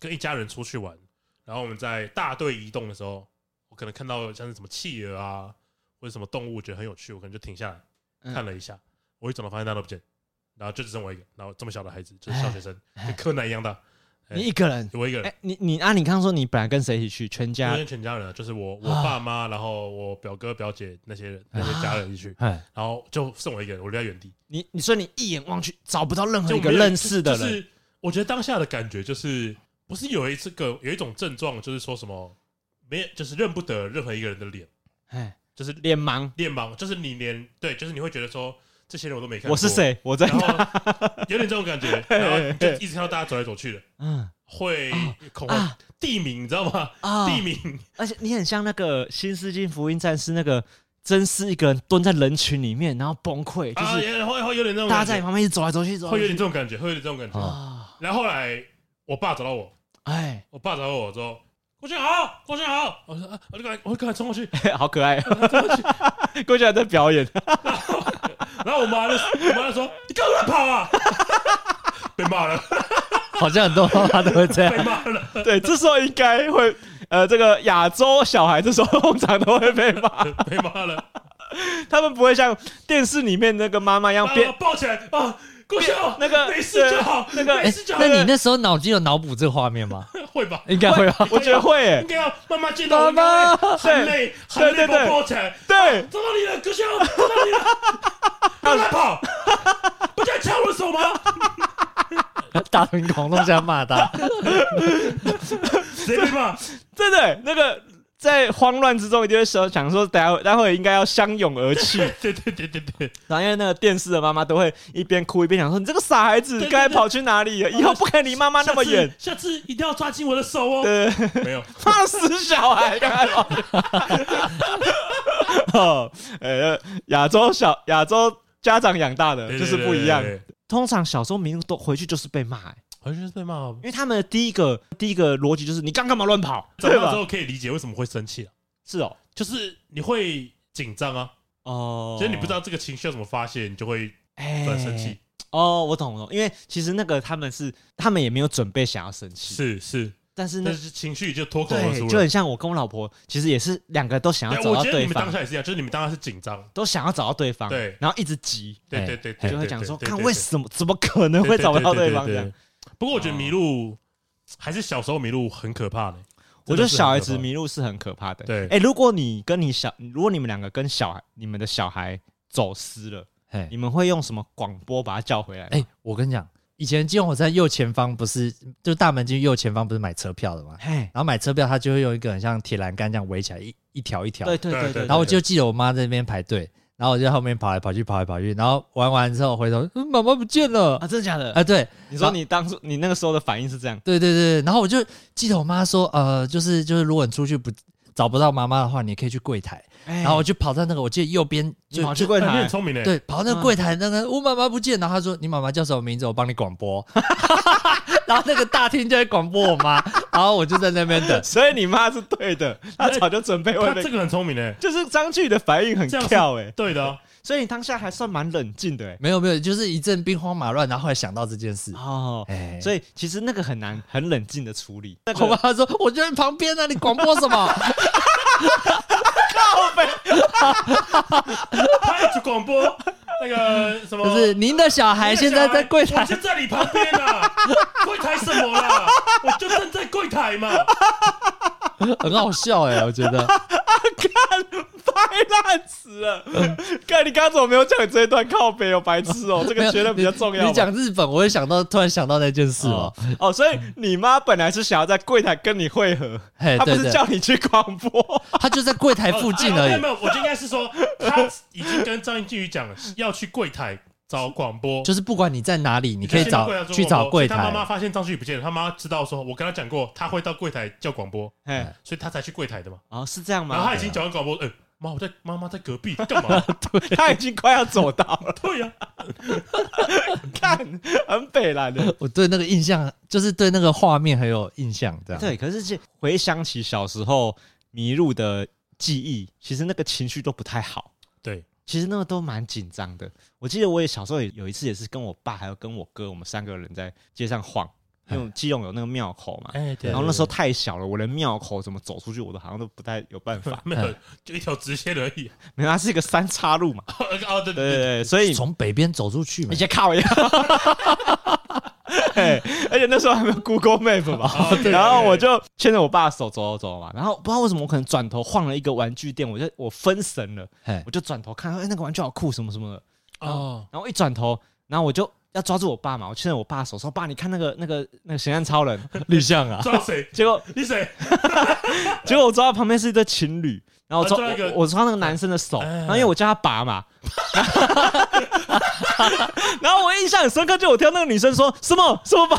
Speaker 4: 跟一家人出去玩，然后我们在大队移动的时候，我可能看到像是什么企鹅啊，或者什么动物，觉得很有趣，我可能就停下来
Speaker 2: 嗯
Speaker 4: 看了一下，我一转头发现大家都不见，然后就只剩我一个，然后这么小的孩子，就是小学生，跟柯南一样大，哎
Speaker 2: 你一个人，
Speaker 4: 就我一个人，
Speaker 2: 哎，你你啊，你刚刚说你本来跟谁一起去？全
Speaker 4: 因
Speaker 2: 家
Speaker 4: 为，全家人啊就是我我爸妈，然后我表哥表姐那些人那
Speaker 2: 啊
Speaker 4: 些家人一起去，
Speaker 3: 哎，
Speaker 4: 然后就剩我一个人，我留在原地，
Speaker 2: 你你说你一眼望去找不到任何
Speaker 4: 就
Speaker 2: 一个
Speaker 4: 没有
Speaker 2: 认识的
Speaker 4: 就
Speaker 2: 人，
Speaker 4: 是我觉得当下的感觉就是，不是有一次个有一种症状，就是说什么没有，就是认不得任何一个人的脸，
Speaker 2: 哎，
Speaker 4: 就是
Speaker 2: 脸盲，
Speaker 4: 脸盲，就是你连对，就是你会觉得说这些人我都没看过，
Speaker 2: 我是？谁？我在
Speaker 4: 然
Speaker 2: 哪？
Speaker 4: 后有点这种 感觉，然后你就一直看到大家走来走去的，
Speaker 2: 嗯
Speaker 4: 会恐 慌。
Speaker 2: 啊
Speaker 4: 地名你知道吗？
Speaker 2: 啊！
Speaker 4: 地名
Speaker 2: 而且你很像那个《新世纪福音战士》那个真丝一个人蹲在人群里面，然后崩溃，就
Speaker 4: 啊，
Speaker 2: 是
Speaker 4: 也会会有点这种
Speaker 2: 大家
Speaker 4: 感
Speaker 2: 在你
Speaker 4: 觉，
Speaker 2: 旁边一直走来走去，走
Speaker 4: 会
Speaker 2: 来走去
Speaker 4: 有点这种感觉，会有点这种感觉。
Speaker 2: 啊！
Speaker 4: 然后后来我爸找到我，
Speaker 2: 哎，
Speaker 4: 我爸找到我之后，郭俊豪，郭俊豪，我说啊，我就赶快我就赶快冲过去，
Speaker 2: 好可 爱，郭嘉在表演，
Speaker 4: 然后我妈就我妈就说：“你干嘛跑啊？”被骂了，
Speaker 3: 好像很多妈妈都 会这
Speaker 4: 被
Speaker 3: 样。
Speaker 4: 骂了。
Speaker 2: 对，这时候应该会，呃，这个亚洲小孩这时候通常都会被 骂，
Speaker 4: 被骂了，
Speaker 2: 他们不会像电视里面那个妈妈一样
Speaker 4: 啊
Speaker 2: 边
Speaker 4: 抱起来啊，郭
Speaker 2: 边
Speaker 4: 笑
Speaker 2: 那个
Speaker 4: 没事就好，
Speaker 2: 对那个
Speaker 4: 没
Speaker 3: 哎
Speaker 4: 事就好
Speaker 3: 那，你那时候脑筋有脑补这个画面吗？
Speaker 4: 会吧？
Speaker 3: 应该会吧。
Speaker 2: 我觉得会、
Speaker 4: 应
Speaker 2: 欸，
Speaker 4: 该要妈妈见到我应
Speaker 2: 妈
Speaker 4: 该
Speaker 2: 妈
Speaker 4: 会含泪，含
Speaker 2: 对对
Speaker 4: 泪把
Speaker 2: 对
Speaker 4: 我抱起来，
Speaker 2: 对，
Speaker 4: 找到你了，郭笑，找到你了，不要跑，不要掐我的手吗？
Speaker 3: 大庭广众下骂他，
Speaker 4: 谁被骂？
Speaker 2: 真的欸、那个在慌乱之中一定会想想说，待会待会应该要相拥而泣，
Speaker 4: 对对对对对，
Speaker 2: 然后因为那个电视的妈妈都会一边哭一边想说：“你这个傻孩子，
Speaker 4: 对对哦
Speaker 2: 刚才跑去哪里了？以后不可以离妈妈那么远。
Speaker 4: 下次，下次一定要抓紧我的手”哦。
Speaker 2: 对，
Speaker 4: 没有，
Speaker 2: 怕死小孩，刚才跑去。哦，呃，亚洲小亚洲家长养大的就是不一样。
Speaker 4: 对，对对对对
Speaker 2: 通常小时候民都回去就是被骂、欸
Speaker 4: 好像是被骂哦。
Speaker 2: 因为他们的第一个第一个逻辑就是你刚干嘛乱跑，
Speaker 4: 长
Speaker 2: 对
Speaker 4: 大
Speaker 2: 吧？
Speaker 4: 之后可以理解为什么会生气了。
Speaker 2: 是哦，
Speaker 4: 就是你会紧张啊，
Speaker 2: 哦，
Speaker 4: 所以你不知道这个情绪要怎么发泄，你就会
Speaker 2: 哎，
Speaker 4: 很生气。
Speaker 2: 哦，我懂我懂，因为其实那个他们是他们也没有准备想要生气，
Speaker 4: 是是，
Speaker 2: 但是那
Speaker 4: 但是情绪就脱口而
Speaker 2: 对，
Speaker 4: 出
Speaker 2: 就
Speaker 4: 了。
Speaker 2: 很像我跟我老婆，其实也是两个都想要
Speaker 4: 对，
Speaker 2: 找
Speaker 4: 我
Speaker 2: 到
Speaker 4: 觉得你
Speaker 2: 对
Speaker 4: 们当
Speaker 2: 方，
Speaker 4: 下也是一样，就是你们当下是紧张，
Speaker 2: 都想要找到对方，
Speaker 4: 对
Speaker 2: 然后一直急，
Speaker 4: 对
Speaker 3: 哎
Speaker 4: 对对对，
Speaker 2: 就会
Speaker 4: 对
Speaker 2: 讲说，
Speaker 4: 对对
Speaker 2: 看
Speaker 4: 对
Speaker 2: 为什么怎么可能
Speaker 4: 对
Speaker 2: 会找不到
Speaker 4: 对
Speaker 2: 方这样？。
Speaker 4: 不过我觉得迷路还是小时候迷路很可怕的，
Speaker 2: 我觉得小孩子
Speaker 4: 真的
Speaker 2: 迷路是很可怕的。
Speaker 4: 对
Speaker 2: 哎，如果你跟你小，如果你们两个跟小孩，你们的小孩走失了，
Speaker 3: 哎
Speaker 2: 你们会用什么广播把他叫回来？哎，
Speaker 3: 哎，我跟你讲，以前基隆火车站右前方不是，就是大门进去右前方不是买车票的吗？
Speaker 2: 嘿，
Speaker 3: 然后买车票，他就会用一个很像铁栏杆这样围起来，一一条一条。
Speaker 2: 对对
Speaker 4: 对
Speaker 2: 对
Speaker 4: 对
Speaker 2: 对，
Speaker 3: 然后我就记得我妈在那边排队，然后我就在后面跑来跑去，跑来跑去，然后玩完之后回头，嗯妈妈不见了
Speaker 2: 啊，真的假的？
Speaker 3: 啊！对，
Speaker 2: 你说你当初你那个时候的反应是这样？
Speaker 3: 对对对，然后我就记得我妈说，呃，就是就是，如果你出去不找不到妈妈的话，你可以去柜台。
Speaker 2: 然
Speaker 3: 然后我就跑到那个，我记得右边
Speaker 2: 哎你
Speaker 3: 就
Speaker 2: 跑去
Speaker 3: 就
Speaker 2: 柜
Speaker 4: 哎你
Speaker 2: 台
Speaker 4: 很，聪明的，
Speaker 3: 对，跑到那个柜台，那
Speaker 2: 嗯
Speaker 3: 个我妈妈不见，然后她说你妈妈叫什么名字，我帮你广播。 然后那个大厅就在广播我妈，然后我就在那边等。
Speaker 2: 所以你妈是对的，她早就准备会
Speaker 4: 他
Speaker 2: 被
Speaker 4: 这个很聪明的，
Speaker 2: 就是张继宇的反应很
Speaker 4: 这样是
Speaker 2: 跳哎、欸，
Speaker 4: 对的啊，
Speaker 2: 所以你当下还算蛮冷静的哎、
Speaker 3: 没有没有，就是一阵兵荒马乱，然后后来想到这件事，
Speaker 2: 哦，
Speaker 3: 哎，
Speaker 2: 所以其实那个很难很冷静的处理。那哦
Speaker 3: 我妈说：“我就在旁边啊呢、你广播 什么
Speaker 4: 他一直广播那个什？”么，
Speaker 3: 就是您的小孩现在在柜 台
Speaker 4: 我，就在你旁边啊，柜台什么啦？我就站在柜台嘛。
Speaker 3: 很好笑哎、我觉 得
Speaker 2: 太烂死了！看你刚刚怎么没有讲这一段靠北哦，白痴哦，这
Speaker 3: 没
Speaker 2: 个
Speaker 3: 有
Speaker 2: 觉得比较重要吧。
Speaker 3: 你。你讲日本，我会想到突然想到那件事哦
Speaker 2: 哦。哦，所以你妈本来是想要在柜台跟你会合，
Speaker 3: 嘿
Speaker 2: 她不
Speaker 3: 哎对
Speaker 2: 是
Speaker 3: 对
Speaker 2: 叫你哦去广播，
Speaker 3: 他就在柜台附近而
Speaker 4: 哦啊没有
Speaker 3: 已
Speaker 4: 没，有，我就应该是说，他已经跟张继宇讲了要去柜台找广播，
Speaker 3: 就是不管你在哪里，你可以找
Speaker 4: 先
Speaker 3: 去找柜
Speaker 4: 他妈妈
Speaker 3: 台。
Speaker 4: 发现张继宇不见了，他妈知道说，我跟他讲过，他会到柜台叫 广播，
Speaker 2: 哎，
Speaker 4: 所以他才去柜台的嘛。
Speaker 2: 哦，是这样
Speaker 4: 然后
Speaker 2: 吗
Speaker 4: 他已？经讲完广播，哎、妈，我在妈妈在隔壁干嘛？
Speaker 2: 她已经快要走到了，
Speaker 4: 对啊呀、
Speaker 2: 看，很北蓝的。
Speaker 3: 我对那个印象，就是对那个画面很有印象，这样。
Speaker 2: 对，可是这回想起小时候迷路的记忆，其实那个情绪都不太好。
Speaker 4: 对，
Speaker 2: 其实那个都蛮紧张的。我记得我也小时候也有一次也是跟我爸还有跟我哥，我们三个人在街上晃，因为基隆有那个庙口嘛。
Speaker 4: 哎，对。
Speaker 2: 然后那时候太小了，我连庙口怎么走出去我都好像都不太有办法
Speaker 4: 没
Speaker 3: 嗯
Speaker 4: 有，就一条直线而已。
Speaker 2: 没有，它是一个三岔路嘛。
Speaker 4: 哦，哦对
Speaker 2: 对
Speaker 4: 对对
Speaker 2: 对对， 所以
Speaker 3: 从北边走出去嘛
Speaker 2: 你，先靠一 下。哎，而且那时候还没有 Google Map 嘛，
Speaker 4: 哦对
Speaker 2: 然后我就牵着我爸的手走走走嘛，然后不知道为什么我可能转头晃了一个玩具店，我就我分神了，
Speaker 3: 嘿
Speaker 2: 我就转头看，哎、那个玩具好酷什么什么的，
Speaker 4: 哦，
Speaker 2: 然后一转头，然后我就要抓住我爸嘛，我牵着我爸的手说：“爸，你看那个那个那个神探 超人。
Speaker 3: 绿象啊，
Speaker 4: 撞谁”？
Speaker 2: 结果
Speaker 4: 你谁？
Speaker 2: 结果我抓到旁边是一对情侣，然后我抓、
Speaker 4: 啊抓一个
Speaker 2: 我我抓那个男生的手，
Speaker 4: 哎
Speaker 2: 然后因为我叫他拔嘛。 然后我印象很深刻，就我听到那个女生说什么什么拔，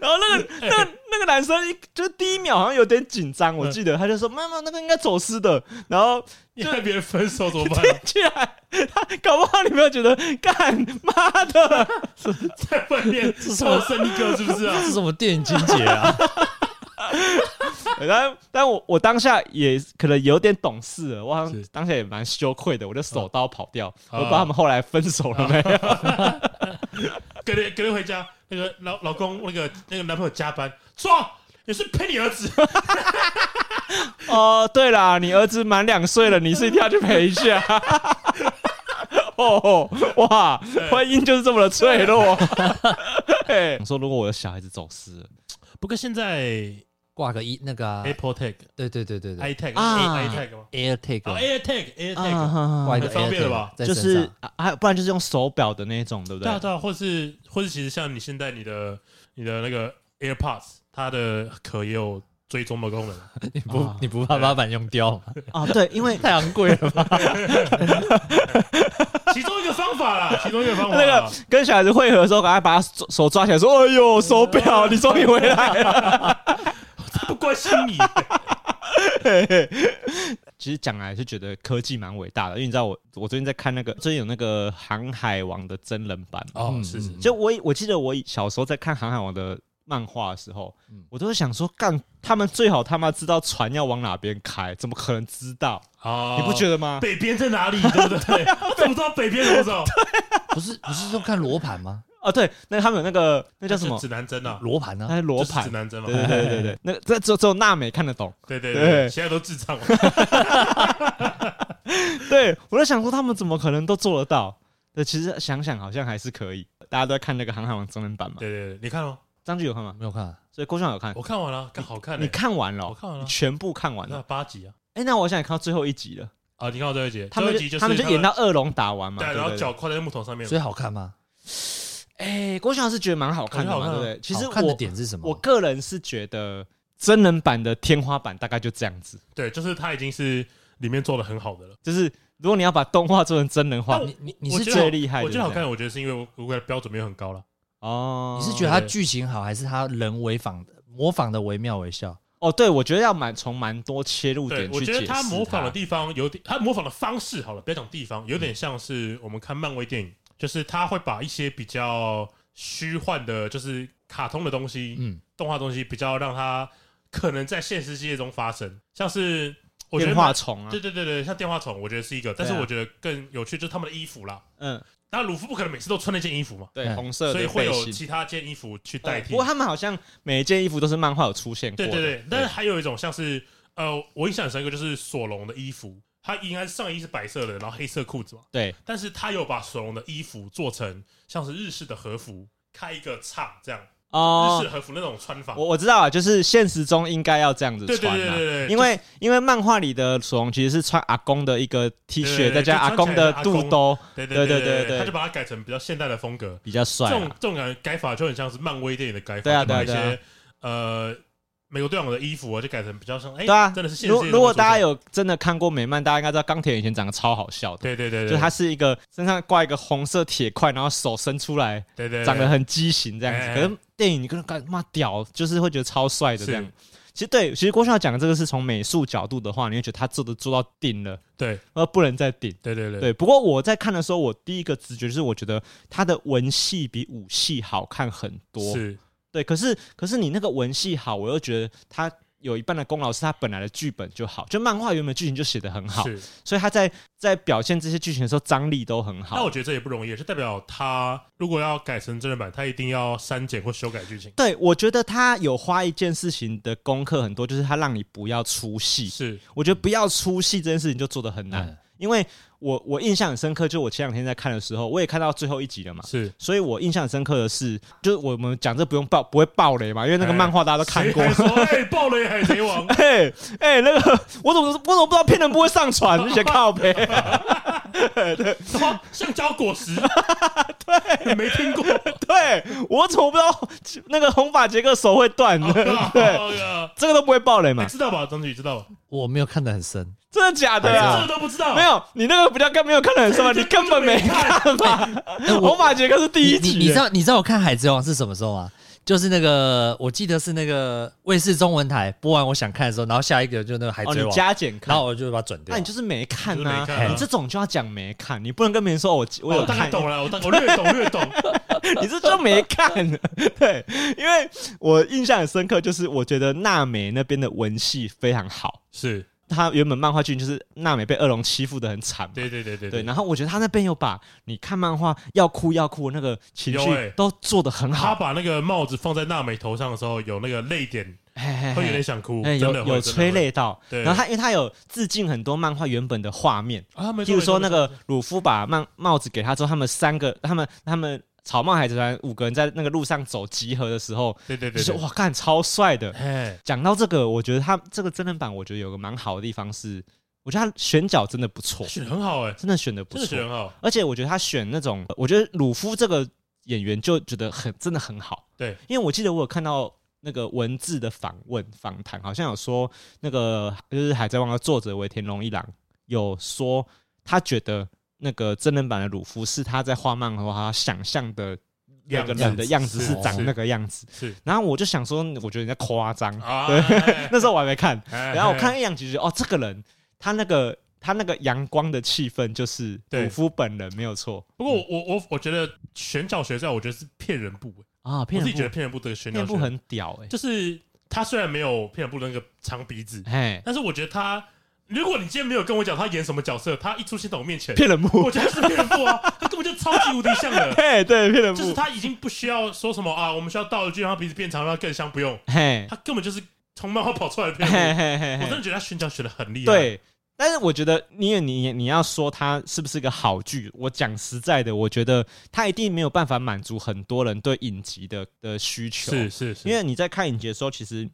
Speaker 2: 然后那个那
Speaker 4: 哎
Speaker 2: 个那个男生一就是第一秒好像有点紧
Speaker 4: 嗯
Speaker 2: 张，我记得他就说妈妈那个应该走失的，然后
Speaker 4: 你和别人分手怎么 办？
Speaker 2: 听起来他搞不好你没有觉得干妈的，
Speaker 4: 在外面少生一个是不是啊
Speaker 3: 这？是什么电影情节啊？
Speaker 2: 然后，但我我当下也可能有点懂事了，我好像
Speaker 4: 是
Speaker 2: 当下也蛮羞愧的，我就手刀跑掉，
Speaker 4: 啊
Speaker 2: 我不知道他们后来分手了没 有。
Speaker 4: 隔天隔天回家，那个老老公那个那个男朋友加班，说你是陪你儿子，
Speaker 2: 哦，对啦，你儿子满两岁了，你是一定要去陪一下。 哦，哇，婚姻就是这么的脆弱。 嘿想说如果我的小孩子走失了，
Speaker 4: 不过现在
Speaker 3: 挂个一那个啊，
Speaker 4: Apple Tag、
Speaker 3: 对对对对对
Speaker 4: i Tag、
Speaker 2: 啊
Speaker 4: i Tag 吗？
Speaker 3: ，Air Tag
Speaker 4: 啊，Air Tag、Air
Speaker 2: 啊
Speaker 4: Tag，
Speaker 2: 哈哈
Speaker 3: 挂一个
Speaker 4: 很方
Speaker 3: Air
Speaker 4: 便了吧
Speaker 3: Tag 在
Speaker 2: 就
Speaker 3: 身
Speaker 2: 是
Speaker 3: 上，
Speaker 2: 啊，还不然就是用手表的那种，对不
Speaker 4: 对啊
Speaker 2: 对？
Speaker 4: 对啊，或是或是其实像你现在你的你的那个 AirPods，它的壳也有追踪的 功能。
Speaker 3: 你不
Speaker 2: 啊
Speaker 3: 你不怕把板用掉吗？
Speaker 2: 啊，对，因 为
Speaker 3: 太昂贵了吧？
Speaker 4: 其中一个方 法啦，其中一个方法
Speaker 2: 那
Speaker 4: 啦
Speaker 2: 个。跟小孩子会合的时候，赶快把他手手抓起来，说：“哎呦，手表，你终于回来了。
Speaker 4: 不关心 你，
Speaker 2: 嘿嘿”其实讲来是觉得科技蛮伟大的，因为你知道我我最近在看那个最近有那个《航海王》的真人版，
Speaker 4: 哦
Speaker 3: 嗯
Speaker 4: 是是
Speaker 2: 就我以我记得我以小时候在看《航海王》的漫画的时候
Speaker 3: 嗯，
Speaker 2: 我都是想说，干他们最好他妈知道船要往哪边开，怎么可能知道？
Speaker 4: 哦
Speaker 2: 你不觉得吗？
Speaker 4: 北边在哪里，对不对？ 怎么知道北边怎么走？
Speaker 3: 不是不是说看罗盘吗？
Speaker 2: 啊，对，那他们有那个那 叫什么
Speaker 4: 哦是？指南针啊，
Speaker 3: 罗盘啊
Speaker 2: 那，是罗
Speaker 4: 就是
Speaker 2: 盘
Speaker 4: 指。南针嘛
Speaker 2: 对。对对对 对，那个这只有只有娜美看得懂。
Speaker 4: 对对
Speaker 2: 对
Speaker 4: 对，现在都智障了。
Speaker 2: 对我在想说，他们怎么可能都做得到？对，其实想想好像还是可以。大家都在看那个《航海王》真人版嘛，
Speaker 4: 对对对，你看哦，
Speaker 2: 张剧有看吗？
Speaker 3: 没有看啊，
Speaker 2: 所以郭俊有看
Speaker 4: 我，看完了，看好看欸，
Speaker 2: 你看完了
Speaker 4: 我
Speaker 2: 哦，
Speaker 4: 看完了
Speaker 2: 你，全部看完
Speaker 4: 那
Speaker 2: 了。
Speaker 4: 八集啊，
Speaker 2: 哎，那我现在看到最后一集了，
Speaker 4: 啊，你看到最后一集，
Speaker 2: 他
Speaker 4: 最后
Speaker 2: 们
Speaker 4: 一集
Speaker 2: 就是他们就演到恶龙打完嘛，
Speaker 4: 对，
Speaker 2: 对
Speaker 4: 然后
Speaker 2: 不对？
Speaker 4: 脚跨在木头上面
Speaker 3: 所，以好看吗？
Speaker 2: 哎，郭俊是觉得蛮好看的
Speaker 4: 我
Speaker 2: 嘛，对
Speaker 4: 觉得
Speaker 2: 不
Speaker 4: 好看啊
Speaker 2: 对？其实
Speaker 3: 好看的
Speaker 2: 我
Speaker 3: 点是什么？
Speaker 2: 我个人是觉得真人版的天花板大概就这样子，
Speaker 4: 对，就是他已经是里面做的很好的了。
Speaker 2: 就是如果你要把动画做成真人化
Speaker 4: 但
Speaker 3: 你你你
Speaker 4: 我
Speaker 3: 是
Speaker 4: 觉
Speaker 3: 觉
Speaker 4: 得好
Speaker 2: 最厉害的
Speaker 4: 我觉得好
Speaker 2: 对
Speaker 4: 看，我觉得是因为我我的标准没有很高了。
Speaker 2: 哦，
Speaker 3: 你是觉得它剧情好，还是它人为仿模仿的惟妙惟肖？
Speaker 2: 哦，对，我觉得要蛮从蛮多切入
Speaker 4: 对
Speaker 2: 点，去
Speaker 4: 我
Speaker 2: 解释
Speaker 4: 觉得他模仿
Speaker 2: 它
Speaker 4: 的地方有点，他模仿的方式好了，不要讲地方，有点像是我们看漫威电影，就是他会把一些比较虚幻的，就是卡通的东西，
Speaker 3: 嗯，
Speaker 4: 动画东西，比较让它可能在现实世界中发生，像是我觉得
Speaker 2: 变
Speaker 4: 蛮
Speaker 2: 化虫啊
Speaker 4: 对，对对对，像电话虫，我觉得是一个，但是
Speaker 2: 对啊
Speaker 4: 我觉得更有趣就是他们的衣服啦。
Speaker 2: 嗯，
Speaker 4: 那鲁夫不可能每次都穿那件衣服嘛，
Speaker 2: 对，
Speaker 3: 嗯
Speaker 2: 红色的
Speaker 4: 所以会
Speaker 2: 背
Speaker 4: 有
Speaker 2: 心
Speaker 4: 其他件衣服去代
Speaker 2: 嗯
Speaker 4: 替
Speaker 2: 不过。他们好像每一件衣服都是漫画有出现过
Speaker 4: 对
Speaker 2: 的，
Speaker 4: 对对，但是还有一种像是呃，我印象很深刻就是索隆的衣服，他应该是上衣是白色的，然后黑色裤子嘛，
Speaker 2: 对
Speaker 4: 但是他有把索隆的衣服做成像是日式的和服，开一个叉这样，日
Speaker 2: 哦
Speaker 4: 式。和服那种穿法。
Speaker 2: 我我知道啊，就是现实中应该要这样子
Speaker 4: 对对
Speaker 2: 穿
Speaker 4: 对
Speaker 2: 啊
Speaker 4: 对，对，
Speaker 2: 因为因为漫画里的索隆其实是穿阿公的一个 T
Speaker 4: 对
Speaker 2: 恤，
Speaker 4: 对
Speaker 2: 再加阿公的肚兜，
Speaker 4: 对
Speaker 2: 对
Speaker 4: 对
Speaker 2: 对
Speaker 4: 对
Speaker 2: 对
Speaker 4: 对
Speaker 2: 对
Speaker 4: 对，他就把它改成比较现代的风格。
Speaker 2: 比较帅
Speaker 4: 这种
Speaker 2: 啊。
Speaker 4: 这种感觉改法就很像是漫威电影的改法，
Speaker 2: 对啊
Speaker 4: 就把一
Speaker 2: 对啊对
Speaker 4: 些呃美国队长的衣服啊，就改成比较像哎，
Speaker 2: 对啊
Speaker 4: 真的是，现实
Speaker 2: 如
Speaker 4: 世界中
Speaker 2: 如果大家
Speaker 4: 出现
Speaker 2: 有真的看过美漫，大家应该知道钢铁以前长得超好笑的，
Speaker 4: 对对对
Speaker 2: 就
Speaker 4: 对，
Speaker 2: 是他是一个身上挂一个红色铁块，然后手伸出来，
Speaker 4: 对对对
Speaker 2: 长得很畸形这样子。
Speaker 4: 哎
Speaker 2: 可是电影你跟干妈屌，就是会觉得超帅的这样
Speaker 4: 是。
Speaker 2: 其实对，其实郭笑讲的这个是从美术角度的话，你会觉得他做的做到顶了，
Speaker 4: 对
Speaker 2: 而不能再顶。
Speaker 4: 对对对
Speaker 2: 对，不过我在看的时候，我第一个直觉就是我觉得他的文戏比武戏好看很多。
Speaker 4: 是
Speaker 2: 对，可是可是你那个文戏好，我又觉得他有一半的功劳是他本来的剧本就好，就漫画原本剧情就写得很好，
Speaker 4: 是，
Speaker 2: 所以他在在表现这些剧情的时候张力都很
Speaker 4: 那
Speaker 2: 好
Speaker 4: 我。觉得这也不容易，是代表他如果要改成真人版，他一定要删减或修改剧情。
Speaker 2: 对，我觉得他有花一件事情的功课很多，就是他让你不要出戏。
Speaker 4: 是，
Speaker 2: 我觉得不要出戏这件事情就做的很难，
Speaker 3: 嗯
Speaker 2: 因为我我印象很深刻，就我前两天在看的时候，我也看到最后一集了嘛。
Speaker 4: 是
Speaker 2: 所以我印象很深刻的是，就是我们讲这不用爆，不会爆雷嘛，因为那个
Speaker 4: 哎
Speaker 2: 漫画大家都看过，
Speaker 4: 谁。还说哎，暴雷海贼王
Speaker 2: 哎哎、那个我怎么我怎么不知道骗人不会上传？你写靠背，
Speaker 4: 什么橡胶 果实？对，没听过。
Speaker 2: 对我怎么不知道那个红发杰克手会断？
Speaker 4: 哦
Speaker 2: 对，
Speaker 4: 对，
Speaker 2: 这个都不会爆雷嘛
Speaker 4: 你？哎知道吧？张宇知道吧？
Speaker 3: 我没有看得很深，
Speaker 2: 真的假的
Speaker 4: 哎这
Speaker 2: 啊
Speaker 4: 个？都不知道，
Speaker 2: 没有，你那个比较更没有看得很深嘛，你根本没看吧？
Speaker 3: 哎我
Speaker 2: 红发杰克是第一
Speaker 3: 你
Speaker 2: 集
Speaker 3: 你你知
Speaker 2: 耶，
Speaker 3: 道你知道我看《海贼王》是什么时候吗？就是那个，我记得是那个卫视中文台播完我想看的时候，然后下一个就那个《海
Speaker 2: 哦，
Speaker 3: 贼
Speaker 2: 你
Speaker 3: 王》
Speaker 2: 加减看
Speaker 3: 然。后我就把它转掉。
Speaker 2: 那你就是没看
Speaker 4: 啊就是
Speaker 2: 呐、
Speaker 4: 没看啊
Speaker 2: 你这种就要讲没看，你不能跟别人说哦我我
Speaker 4: 哦
Speaker 2: 有
Speaker 4: 大
Speaker 2: 看
Speaker 4: 概，懂了，我大我略懂略懂。
Speaker 2: 你这就没看。 对，因为我印象很深刻，就是我觉得娜美那边的文戏非常好。
Speaker 4: 是
Speaker 2: 她原本漫画剧情就是娜美被恶龙欺负的很惨嘛，
Speaker 4: 对对对对
Speaker 2: 对，然后我觉得她那边有把你看漫画要哭要哭的那个情
Speaker 4: 有欸
Speaker 2: 绪都做得很
Speaker 4: 他
Speaker 2: 好，
Speaker 4: 把那个帽子放在娜美头上的时候，有那个泪点，
Speaker 2: 嘿嘿嘿
Speaker 4: 会有点想哭，
Speaker 2: 哎，
Speaker 4: 真
Speaker 2: 有
Speaker 4: 的会
Speaker 2: 有催。泪到，
Speaker 4: 对
Speaker 2: 然后他因为他有致敬很多漫画原本的画面，
Speaker 4: 真的会啊，没错
Speaker 2: 譬如说
Speaker 4: 没
Speaker 2: 那
Speaker 4: 错
Speaker 2: 个鲁夫把帽帽子给他之后，他们三个，他们他们草帽海贼团五个人在那个路上走集合的时候，
Speaker 4: 对对
Speaker 2: 就
Speaker 4: 对
Speaker 2: 是
Speaker 4: 对，
Speaker 2: 哇，干超帅的。
Speaker 4: 哎，
Speaker 2: 讲到这个，我觉得他这个真人版，我觉得有个蛮好的地方是，我觉得他选角真的不错
Speaker 4: 他，选得很好哎，
Speaker 2: 真的选的不
Speaker 4: 真的选得
Speaker 2: 错，
Speaker 4: 很好，
Speaker 2: 而且我觉得他选那种，我觉得鲁夫这个演员就觉得很真的很好，
Speaker 4: 对，
Speaker 2: 因为我记得我有看到那个文字的访问访谈，好像有说那个就是《海贼王》的作者尾田荣一郎有说，他觉得那个真人版的鲁夫是他在画漫画他想象的那个人的样子是长那个样子，
Speaker 4: 是
Speaker 2: 然后我就想说，我觉得你在夸张，
Speaker 4: 啊，
Speaker 2: 那时候我还没看，
Speaker 4: 哎
Speaker 2: 然后我看一两集就觉得哦，这个人他那个。他那个阳光的气氛就是
Speaker 4: 对
Speaker 2: 鲁夫本人没有错
Speaker 4: 不过我我我我觉得选角学校，我觉得是骗人部，
Speaker 2: 啊，
Speaker 4: 我
Speaker 2: 片
Speaker 4: 自
Speaker 2: 人
Speaker 4: 己觉得
Speaker 2: 部
Speaker 4: 骗人部的选角
Speaker 2: 片
Speaker 4: 学
Speaker 2: 部
Speaker 4: 校
Speaker 2: 很屌哎、
Speaker 4: 就是他虽然没有骗人部的那个长鼻子，
Speaker 2: 欸，
Speaker 4: 但是我觉得他，如果你今天没有跟我讲他演什么角色，他一出现在我面前
Speaker 2: 嘿，，骗人部
Speaker 4: 我觉得是骗人部啊，他根本就超级无敌像的。
Speaker 2: 嘿，对，骗人
Speaker 4: 就是
Speaker 2: 部，
Speaker 4: 他已经不需要说什么啊，我们需要道具让他鼻子变长，让他更像，不用，
Speaker 2: 嘿，
Speaker 4: 他根本就是从漫画跑出来的
Speaker 2: 嘿
Speaker 4: 骗人
Speaker 2: 嘿
Speaker 4: 物。
Speaker 2: 嘿
Speaker 4: 我真
Speaker 2: 嘿，
Speaker 4: 的觉得他选角选的很厉害。，
Speaker 2: 对。但是我觉得，因为你你要说它是不是个好剧，我讲实在的，我觉得它一定没有办法满足很多人对影集的的需求，
Speaker 4: 是是是，
Speaker 2: 因为你在看影集的时候，其实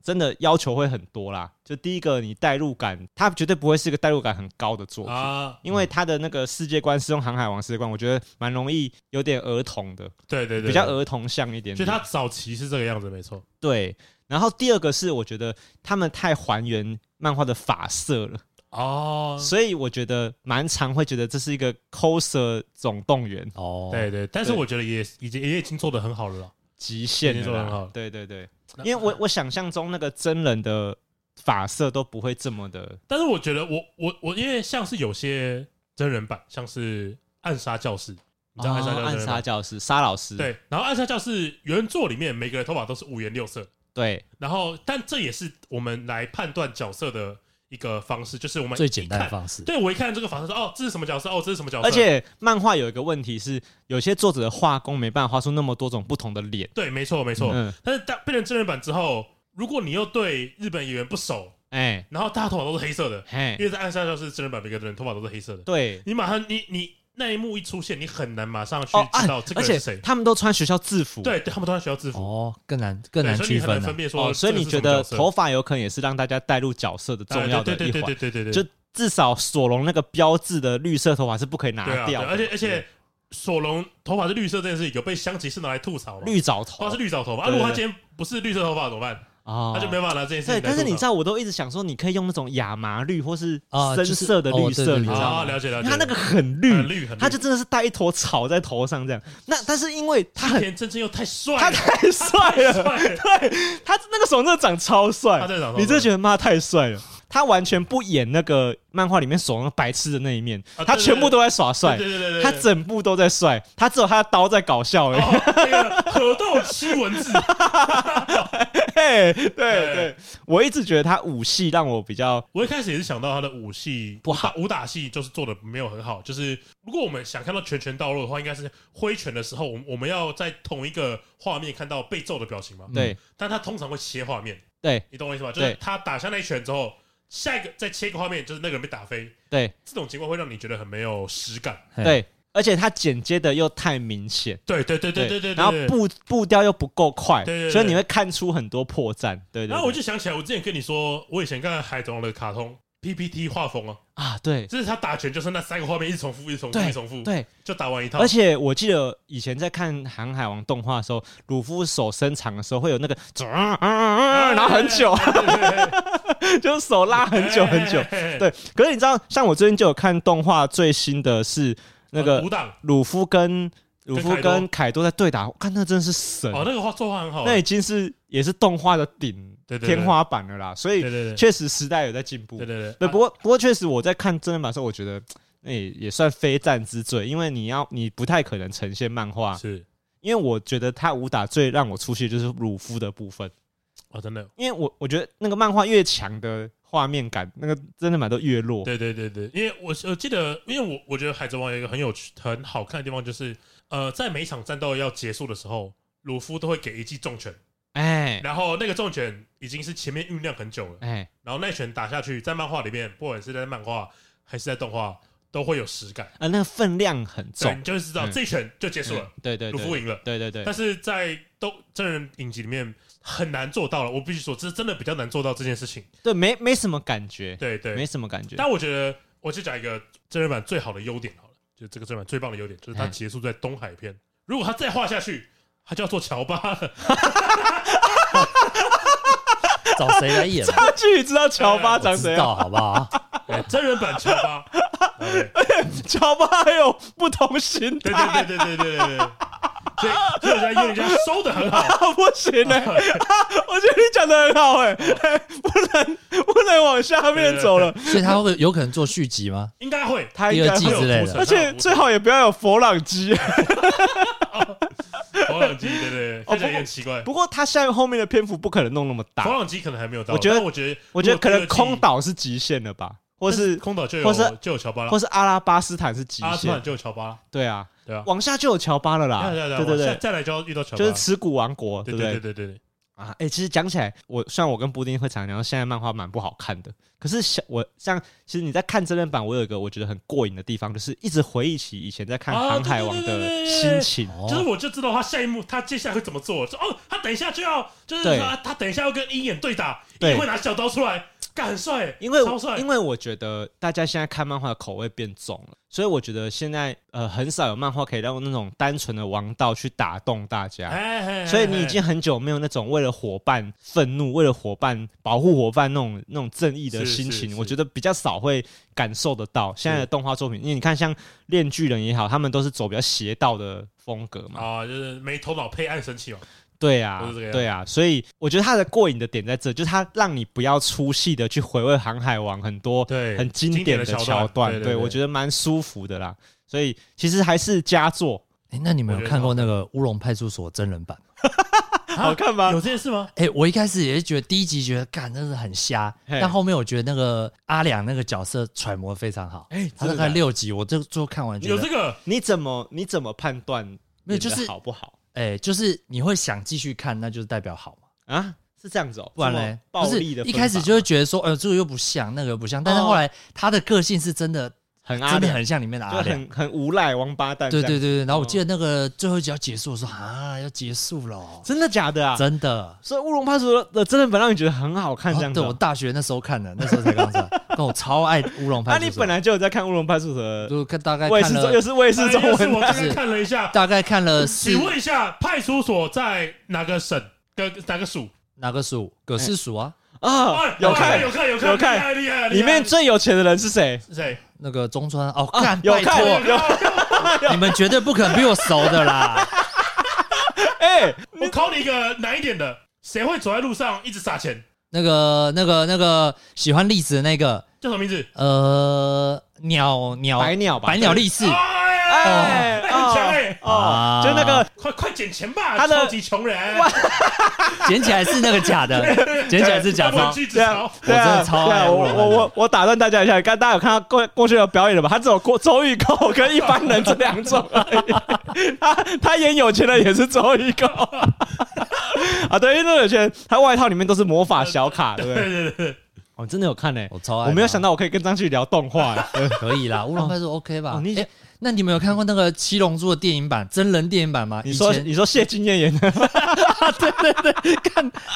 Speaker 2: 真的要求会很多啦。就第一个，你代入感，它绝对不会是一个代入感很高的作品。
Speaker 4: 啊，
Speaker 2: 因为它的那个世界观是用《航海王》世界观，我觉得蛮容易有点儿童的，
Speaker 4: 对对对，
Speaker 2: 比较
Speaker 4: 对，
Speaker 2: 儿童像一点点。
Speaker 4: 所以他早期是这个样子，没错。
Speaker 2: 对，然后第二个是我觉得他们太还原漫画的发色了，
Speaker 4: 哦，
Speaker 2: 所以我觉得蛮常会觉得这是一个 coser 总动员
Speaker 3: 哦，
Speaker 4: 对对，但是
Speaker 2: 对
Speaker 4: 我觉得也已经也已经做的很好了啦。
Speaker 2: 极限
Speaker 4: 你
Speaker 2: 的
Speaker 4: 说得很
Speaker 2: 啦
Speaker 4: 好
Speaker 2: 对对对，
Speaker 4: 那
Speaker 2: 因为我我想象中那个真人的发色都不会这么的，
Speaker 4: 但是我觉得我我我，因为像是有些真人版，像是《暗杀教室》，你知道《暗杀
Speaker 2: 哦
Speaker 4: 教
Speaker 2: 暗
Speaker 4: 室》真人版
Speaker 2: 杀教室沙老师
Speaker 4: 对，然后《暗杀教室》原作里面每个人头发都是五颜六色，
Speaker 2: 对
Speaker 4: 然后但这也是我们来判断角色的一个方式，就是我们
Speaker 3: 最简单
Speaker 4: 一
Speaker 3: 的
Speaker 4: 看。
Speaker 3: 方式。
Speaker 4: 对我一看这个法式说，哦，这是什么角色？哦，这是什么角色？
Speaker 2: 而且漫画有一个问题是，有些作者的画工没办法画出那么多种不同的脸，
Speaker 4: 对，没错没错。
Speaker 2: 嗯，
Speaker 4: 但是当变成真人版之后，如果你又对日本演员不熟，
Speaker 2: 哎、
Speaker 4: 然后大家头发都是黑色的，因
Speaker 2: 嘿，
Speaker 4: 为在《暗杀教室》真人版每个人头发都是黑色的，
Speaker 2: 对。
Speaker 4: 你马上你你那一幕一出现，你很难马上去
Speaker 2: 哦，啊
Speaker 4: 知道这个
Speaker 2: 而
Speaker 4: 人
Speaker 2: 且
Speaker 4: 是谁。
Speaker 2: 他们都穿学校制服，
Speaker 4: 对，对他们都在学校制服，
Speaker 3: 哦，更难
Speaker 4: 对
Speaker 3: 更难
Speaker 4: 所以
Speaker 3: 区
Speaker 4: 你很
Speaker 3: 分啊
Speaker 4: 难
Speaker 3: 了
Speaker 4: 分。辨说
Speaker 2: 哦，
Speaker 4: 这
Speaker 2: 所以
Speaker 4: 是
Speaker 2: 你
Speaker 4: 什
Speaker 2: 觉
Speaker 4: 么
Speaker 2: 得
Speaker 4: 角色
Speaker 2: 头发有可能也是让大家带入角色的重要的
Speaker 4: 对对
Speaker 2: 一
Speaker 4: 对对
Speaker 2: 环，
Speaker 4: 对对对对，
Speaker 2: 就至少索隆那个标志的绿色头发是不可以
Speaker 4: 对
Speaker 2: 拿
Speaker 4: 啊，对
Speaker 2: 掉的嘛，
Speaker 4: 而且而且索隆头发是绿色这件事情有被香吉士拿来吐槽吗？
Speaker 2: 绿藻
Speaker 4: 头
Speaker 2: 头
Speaker 4: 发是绿藻头发，啊，
Speaker 2: 对
Speaker 4: 如
Speaker 2: 对
Speaker 4: 果他今天不是绿色头发怎么办？
Speaker 2: 啊
Speaker 4: 他就没办法拿这件事情
Speaker 2: 对，
Speaker 4: 来吐槽。
Speaker 2: 但是你知道，我都一直想说，你可以用那种亚麻绿或是
Speaker 3: 啊
Speaker 2: 深
Speaker 3: 就是
Speaker 2: 色的
Speaker 3: 哦
Speaker 2: 绿色，
Speaker 3: 对对
Speaker 2: 你知
Speaker 3: 对
Speaker 2: 道
Speaker 4: 啊，
Speaker 2: 吗？
Speaker 4: 了解了解，
Speaker 2: 它那个很
Speaker 4: 很
Speaker 2: 绿，
Speaker 4: 绿很绿，
Speaker 2: 它就真的是戴一坨草在头上这样。那但是因为他
Speaker 4: 织
Speaker 2: 很
Speaker 4: 田真真 又太帅了，
Speaker 2: 他太帅
Speaker 4: 太
Speaker 2: 了，
Speaker 4: 帅了，
Speaker 2: 对他那个时候真的长超帅
Speaker 4: 他真的长超，帅
Speaker 2: 你真的觉得妈太帅了。他完全不演那个漫画里面所谓白痴的那一面
Speaker 4: 啊，
Speaker 2: 他
Speaker 4: 对对
Speaker 2: 全部都在耍帅
Speaker 4: 对，对对对，
Speaker 2: 他整部都在帅，他只有他的刀在搞笑而已。
Speaker 4: 哦那个河道七文字，
Speaker 2: 嘿，对对
Speaker 4: 对，
Speaker 2: 我一直觉得他武戏让我比较
Speaker 4: 我一开始也是想到他的武戏不好，武打戏就是做的没有很好。就是如果我们想看到拳拳到肉的话，应该是挥拳的时候，我们我们要在同一个画面看到被揍的表情嘛。
Speaker 2: 对
Speaker 4: 但他通常会切画面，
Speaker 2: 对
Speaker 4: 你懂我意思吧？就是
Speaker 2: 对
Speaker 4: 他打下那一拳之后，下一个再切一个画面，就是那个人被打飞。
Speaker 2: 对
Speaker 4: 这种情况会让你觉得很没有实感。
Speaker 3: 嘿
Speaker 2: 对，而且他剪接的又太明显。
Speaker 4: 对对对对对对。
Speaker 2: 然后
Speaker 4: 对对
Speaker 2: 步步调又不够快
Speaker 4: 对对，对
Speaker 2: 所以你会看出很多破绽。对对对，
Speaker 4: 然后我就想起来，我之前跟你说，我以前看海贼王的卡通 PPT 画风啊，
Speaker 2: 啊，对
Speaker 4: 就是他打拳就是那三个画面一直重复，一直重复，一
Speaker 2: 对
Speaker 4: 直重复，
Speaker 2: 对，
Speaker 4: 就打完一套
Speaker 2: 而。且我记得以前在看《航海王》动画的时候，鲁夫手伸长的时候会有那个，啊然后很久，
Speaker 4: 啊 对，对对对对
Speaker 2: 就是手拉很久很久。
Speaker 4: 嘿嘿嘿
Speaker 2: 对，可是你知道，像我最近就有看动画，最新的是那
Speaker 4: 呃
Speaker 2: 个
Speaker 4: 武档
Speaker 2: 鲁夫跟鲁
Speaker 4: 跟
Speaker 2: 夫
Speaker 4: 凯多
Speaker 2: 跟凯多在对打，我看那真是神，
Speaker 4: 哦，那个画作画很好啊，
Speaker 2: 那已经是也是动画的顶
Speaker 4: 对对对
Speaker 2: 天花板了啦。所以
Speaker 4: 对对对
Speaker 2: 确实时代有在进步
Speaker 4: 对。对
Speaker 2: 对，
Speaker 4: 对，
Speaker 2: 不过不过确实我在看真人版的时候，我觉得那也也算非战之罪，因为你要你不太可能呈现漫
Speaker 4: 啊
Speaker 2: 画，
Speaker 4: 是
Speaker 2: 因为我觉得他武打最让我出戏的就是鲁夫的部分，
Speaker 4: 哦，真的，
Speaker 2: 因为我我觉得那个漫画越强的画面感，那个真人版都越弱。
Speaker 4: 对对对对，因为我我记得，因为我我觉得海贼王有一个很有趣、很好看的地方，就是呃，在每一场战斗要结束的时候，鲁夫都会给一记重拳，
Speaker 2: 哎
Speaker 4: 然后那个重拳已经是前面酝酿很久了，
Speaker 2: 哎，
Speaker 4: 然后那拳打下去，在漫画里面，不管是在漫画还是在动画，都会有实感，
Speaker 2: 啊，那个分量很
Speaker 4: 对，
Speaker 2: 重
Speaker 4: 你，就是知道
Speaker 2: 嗯
Speaker 4: 这一拳就结束了
Speaker 2: 嗯，对对
Speaker 4: 鲁
Speaker 2: 对，
Speaker 4: 夫赢了。
Speaker 2: 对对对
Speaker 4: 但是在都真人影集里面很难做到了，我必须说，这真的比较难做到这件事情。
Speaker 2: 对，没没什么感觉，
Speaker 4: 对对
Speaker 2: 没什么感觉。
Speaker 4: 但我觉得，我就讲一个真人版最好的优点好了，就这个真人版最棒的优点，就是它
Speaker 2: 嗯
Speaker 4: 结束在东海篇。如果它再画下去，它就要做乔巴了。
Speaker 3: 找谁来 演？
Speaker 2: 他具体知道乔巴长
Speaker 3: 我
Speaker 4: 啊
Speaker 2: 怎
Speaker 3: 知
Speaker 2: 样？
Speaker 3: 道好不好？
Speaker 4: 哎真人版乔巴，OK
Speaker 2: 乔巴还有不同形
Speaker 4: 对
Speaker 2: 态，
Speaker 4: 对对对对对对对。所以，所以我觉得优点就是它收的很好。
Speaker 2: 啊，不行呢、啊，我觉得你讲的很好哎、
Speaker 4: 哦
Speaker 2: 哎不能不能往下面走了，
Speaker 3: 所以他会有可能做续集吗？
Speaker 4: 应该会。
Speaker 2: 他应
Speaker 3: 第
Speaker 2: 该
Speaker 3: 二季
Speaker 4: 会有
Speaker 2: 会，
Speaker 3: 之类
Speaker 4: 铺
Speaker 3: 的
Speaker 4: 陈
Speaker 2: 而且最好也不要有佛朗机。
Speaker 4: 佛朗机，对对，对看起来也很奇怪。
Speaker 2: 哦不过他下面后面的篇幅不可能弄那么
Speaker 4: 佛
Speaker 2: 大，
Speaker 4: 朗机可能还没有到，
Speaker 2: 我觉得
Speaker 4: 但我觉得，
Speaker 2: 我觉得可能空
Speaker 4: 岛，
Speaker 2: 岛是极限了吧，或
Speaker 4: 但是
Speaker 2: 是
Speaker 4: 空岛就有，
Speaker 2: 或是
Speaker 4: 就有乔巴了
Speaker 2: 或，是阿拉巴斯坦是极
Speaker 4: 阿斯曼
Speaker 2: 限，
Speaker 4: 就有乔巴了，
Speaker 2: 对啊，
Speaker 4: 对啊。
Speaker 2: 往下就有乔巴了啦，
Speaker 4: 对
Speaker 2: 对对
Speaker 4: 再
Speaker 2: 对，
Speaker 4: 再来就要遇到乔巴
Speaker 2: 就是
Speaker 4: 了，
Speaker 2: 耻骨王国，
Speaker 4: 对
Speaker 2: 不
Speaker 4: 对对对对，
Speaker 2: 啊，哎、其实讲起来，我虽然我跟布丁会常聊，现在漫画蛮不好看的，可是像我像其实你在看真人版，我有一个我觉得很过瘾的地方，就是一直回忆起以前在看《
Speaker 4: 啊
Speaker 2: 航海
Speaker 4: 对对
Speaker 2: 王》
Speaker 4: 对对
Speaker 2: 的
Speaker 4: 对
Speaker 2: 心情。
Speaker 3: 哦
Speaker 4: 就是我就知道他下一幕，他接下来会怎么做。说哦，他等一下就要，就是
Speaker 2: 对
Speaker 4: 他他等一下要跟鹰眼对打，
Speaker 2: 对
Speaker 4: 鹰眼会拿小刀出来，干很帅欸，
Speaker 2: 因为
Speaker 4: 超帅。
Speaker 2: 因为我觉得大家现在看漫画的口味变重了，所以我觉得现在呃很少有漫画可以让那种单纯的王道去打动大家。
Speaker 4: 哎哎，哎
Speaker 2: 啊所以你已经很久没有那种为了伙伴愤怒、为了伙伴保护伙伴那种那种正义的心
Speaker 4: 是是
Speaker 2: 情，
Speaker 4: 是
Speaker 2: 我觉得比较少会感受得到。现在的动画作品，因为你看像《炼巨人》也好，他们都是走比较邪道的风格嘛。
Speaker 4: 啊，就是没头脑配暗神器嘛。
Speaker 2: 对啊
Speaker 4: 都是这个，样
Speaker 2: 对啊，所以我觉得它的过瘾的点在这，就是它让你不要粗细的去回味《航海王》很多
Speaker 4: 对
Speaker 2: 很经
Speaker 4: 经
Speaker 2: 典的
Speaker 4: 典的
Speaker 2: 桥
Speaker 4: 桥
Speaker 2: 段。
Speaker 4: 段对对
Speaker 2: 对
Speaker 4: 对
Speaker 2: 我觉得蛮舒服的啦。所以其实还是佳 作，
Speaker 3: 哎，那你们有看过那个《乌龙派出所》真人版？
Speaker 2: 好看吗
Speaker 4: 有？这件事吗？
Speaker 3: 哎、我一开始也是觉得第一集觉得干真的很瞎，
Speaker 2: 嘿
Speaker 3: 但后面我觉得那个阿良那个角色揣摩得非常好。
Speaker 2: 哎
Speaker 3: 他大
Speaker 2: 真的啊
Speaker 3: 概六集，我就最后看完觉
Speaker 4: 有
Speaker 3: 得
Speaker 4: 这，个
Speaker 2: 你怎么你怎么判断？
Speaker 3: 没有就是
Speaker 2: 好不好？
Speaker 3: 哎、就是你会想继续看，那就是代表好嘛，
Speaker 2: 啊，是这样子哦、
Speaker 3: 不然
Speaker 2: 这么
Speaker 3: 嘞，
Speaker 2: 暴
Speaker 3: 不是
Speaker 2: 力的分
Speaker 3: 一
Speaker 2: 法
Speaker 3: 开始就会觉得说，哎、呦，这个又不像，那个又不像，但是后来他的个性是真的，
Speaker 2: 很阿
Speaker 3: 真的
Speaker 2: 良，
Speaker 3: 很像里面的
Speaker 2: 就
Speaker 3: 阿良。
Speaker 2: 很很无赖王八蛋。
Speaker 3: 对对对，对，然后我
Speaker 2: 哦
Speaker 3: 记得那个最后一集要结束，我说啊，要结束了哦，
Speaker 2: 真的假的啊？
Speaker 3: 真的，
Speaker 2: 所以《乌龙派出所》的真人版让你觉得很好看，这样
Speaker 3: 哦
Speaker 2: 子
Speaker 3: 对
Speaker 2: 哦、
Speaker 3: 我大学那时候看的，那时候才 刚出来，但我超爱乌龙
Speaker 2: 那、
Speaker 3: 派出所。
Speaker 2: 啊你本来就有在看《乌龙派出所》的
Speaker 3: 就看大概
Speaker 2: 卫视
Speaker 3: 看
Speaker 2: 中，又
Speaker 3: 了，
Speaker 2: 是卫视中
Speaker 4: 哎是我
Speaker 2: 文
Speaker 4: 刚
Speaker 3: 是
Speaker 4: 刚看了一下，
Speaker 3: 大概看了四
Speaker 4: 请问一下，派出所在哪个省？跟哪个署？
Speaker 3: 哪个署？葛氏署啊，
Speaker 2: 啊
Speaker 4: 哎，
Speaker 2: 有看
Speaker 4: 有看有
Speaker 2: 有看
Speaker 4: 厉害厉害！厉害
Speaker 2: 里面最有钱的人是谁？
Speaker 4: 是谁？
Speaker 3: 那个中川哦，干
Speaker 2: 啊有
Speaker 3: 拜
Speaker 2: 看
Speaker 3: 托，
Speaker 4: 有看
Speaker 3: 你们绝对不可能比我熟的啦。
Speaker 2: 哎、
Speaker 4: 我考你一个难一点的，谁会走在路上一直撒钱？
Speaker 3: 那个、那个、那个喜欢历史的那个，
Speaker 4: 叫什么名字？
Speaker 3: 呃，鸟鸟
Speaker 2: 百鸟吧
Speaker 3: 百鸟 力士，
Speaker 4: 哎，
Speaker 2: 哎
Speaker 4: 很强
Speaker 2: 哦
Speaker 4: 哎，
Speaker 3: 啊
Speaker 2: 哦，就那个
Speaker 4: 快快捡钱吧，
Speaker 2: 他的
Speaker 4: 超级穷人，
Speaker 3: 捡起来是那个假的， 捡起来是假
Speaker 4: 当文
Speaker 3: 钞。
Speaker 4: 具之
Speaker 2: 对啊
Speaker 4: 潮，
Speaker 2: 对
Speaker 3: 我真
Speaker 2: 啊，
Speaker 3: 的超
Speaker 2: 对啊
Speaker 3: 爱
Speaker 2: 我
Speaker 3: 我
Speaker 2: 我我我打断大家一下，刚大家有看 到过过去的表演了吧？他只有过周玉蔻跟一般人这两 种而已。他他演有钱人也是周玉蔻 啊，对，因为有钱人他外套里面都是魔法小卡，对不 对？
Speaker 4: 对对对，
Speaker 2: 我哦真的有看欸诶，
Speaker 3: 我超爱
Speaker 2: 我没有
Speaker 3: 他
Speaker 2: 想到我可以跟张旭聊动画欸。
Speaker 3: 可 以啦，乌龙派出所 OK 吧？
Speaker 2: 哦你
Speaker 3: 哎、那你们有看过那个《七龙珠》的电影版、真人电影版吗？
Speaker 2: 你说
Speaker 3: 以前
Speaker 2: 你说谢金燕演的，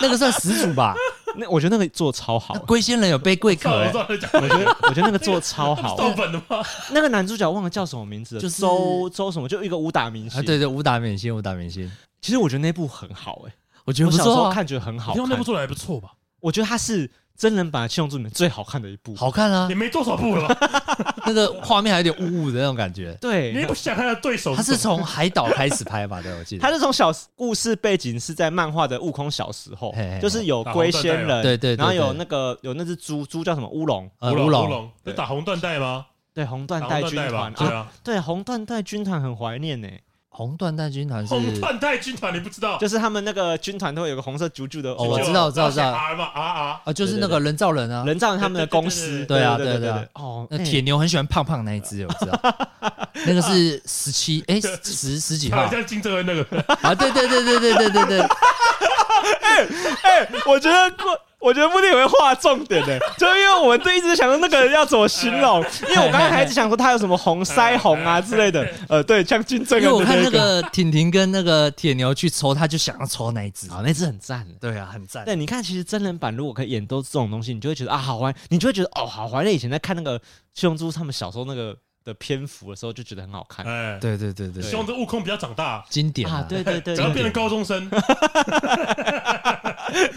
Speaker 3: 那个算始祖 吧？
Speaker 2: 那我觉得那个做超好
Speaker 3: 那，龟仙人有背龟壳、
Speaker 4: 算了我
Speaker 3: 欸
Speaker 4: 知，道在讲
Speaker 2: 我觉得我觉得那个做超 好。
Speaker 4: 盗本的吗？
Speaker 2: 那个男主角忘了叫什么名字了，
Speaker 3: 就是
Speaker 2: 周周什么，就一个武打明
Speaker 3: 啊，
Speaker 2: 星。
Speaker 3: 对对，武打明星，武打明星，
Speaker 2: 其实我觉得那部很好哎，
Speaker 3: 我觉得
Speaker 2: 我
Speaker 3: 不
Speaker 2: 小时
Speaker 3: 错、
Speaker 2: 候
Speaker 3: 啊，
Speaker 2: 看觉得很好
Speaker 4: 你用
Speaker 2: 看
Speaker 4: 那部。做的还不错 吧？
Speaker 2: 我觉得它是真人版《七龙珠》里面最好看的一部。
Speaker 3: 好看啊
Speaker 4: 也，没多少部了吧？
Speaker 3: 那个画面还有点雾雾的那种感觉。
Speaker 4: 你
Speaker 2: 对
Speaker 4: 也，不想看他的对手
Speaker 3: 他是
Speaker 4: 什么，
Speaker 3: 从海岛开始拍吧？对，我记
Speaker 2: 它
Speaker 3: 得。
Speaker 2: 是从小故事背景是在漫画的悟空小时候
Speaker 3: 嘿嘿，
Speaker 2: 就是有龟仙人，
Speaker 3: 对对对
Speaker 2: 然后有
Speaker 3: 对
Speaker 2: 那个有那只猪，猪叫什么乌龙，
Speaker 3: 呃，
Speaker 4: 乌
Speaker 3: 乌
Speaker 4: 龙乌
Speaker 3: 龙，
Speaker 4: 龙，是打红缎带吗？
Speaker 2: 对，红缎
Speaker 4: 打红
Speaker 2: 带
Speaker 4: 缎
Speaker 2: 军
Speaker 4: 带吧
Speaker 2: 团，，
Speaker 4: 对
Speaker 2: 啊，
Speaker 4: 啊，
Speaker 2: 对，红缎带军团很怀念呢，
Speaker 3: 红缎带军团是
Speaker 4: 红缎带军团你不知道？
Speaker 2: 就是他们那个军团都会有个红色啾啾的，
Speaker 3: 哦我知道知道知道
Speaker 4: ，R 嘛 R
Speaker 3: 啊，就是那个人造人啊，
Speaker 2: 人造人他们的公司，
Speaker 3: 对
Speaker 2: 对
Speaker 3: 对对对对对啊对啊对啊
Speaker 2: 哦，
Speaker 3: 那
Speaker 2: 哎
Speaker 3: 铁牛很喜欢胖胖那一只，我知道，那个是十七哎十十几
Speaker 4: R，
Speaker 3: 号
Speaker 4: 好像金正恩那个，
Speaker 3: 啊，对对对对对对对对，
Speaker 2: 哎、我觉得过。我觉得不定会画重点 的、就是因为我们都一直想说那个人要怎么形容， 因为我刚才还一直想说他有什么红 腮红啊之类的，呃，对，像金正
Speaker 3: 因为我
Speaker 2: 恩的
Speaker 3: 看那
Speaker 2: 个，
Speaker 3: 个婷婷跟那个铁牛去抽，他就想要抽那一只，
Speaker 2: 啊，那只很赞的。
Speaker 3: 对啊，很赞。
Speaker 2: 对，你看，其实真人版如果可以演都这种东西，你就会觉得啊，好玩，你就会觉得哦，好怀念以前在看那个《七龙珠》他们小时候那个的篇幅的时候，就觉得很好看
Speaker 4: 哎，
Speaker 3: 对对对对
Speaker 4: 希望这悟空比较长大，
Speaker 3: 经 典
Speaker 2: 啊。对对对
Speaker 4: 只要
Speaker 2: 对
Speaker 4: 变成高中生，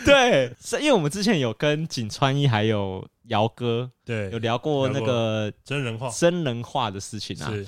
Speaker 2: 对，是因为我们之前有跟井川一还有姚哥 有
Speaker 4: 对，
Speaker 2: 聊过那个
Speaker 4: 真 人化
Speaker 2: 真人化的事情啊。
Speaker 4: 是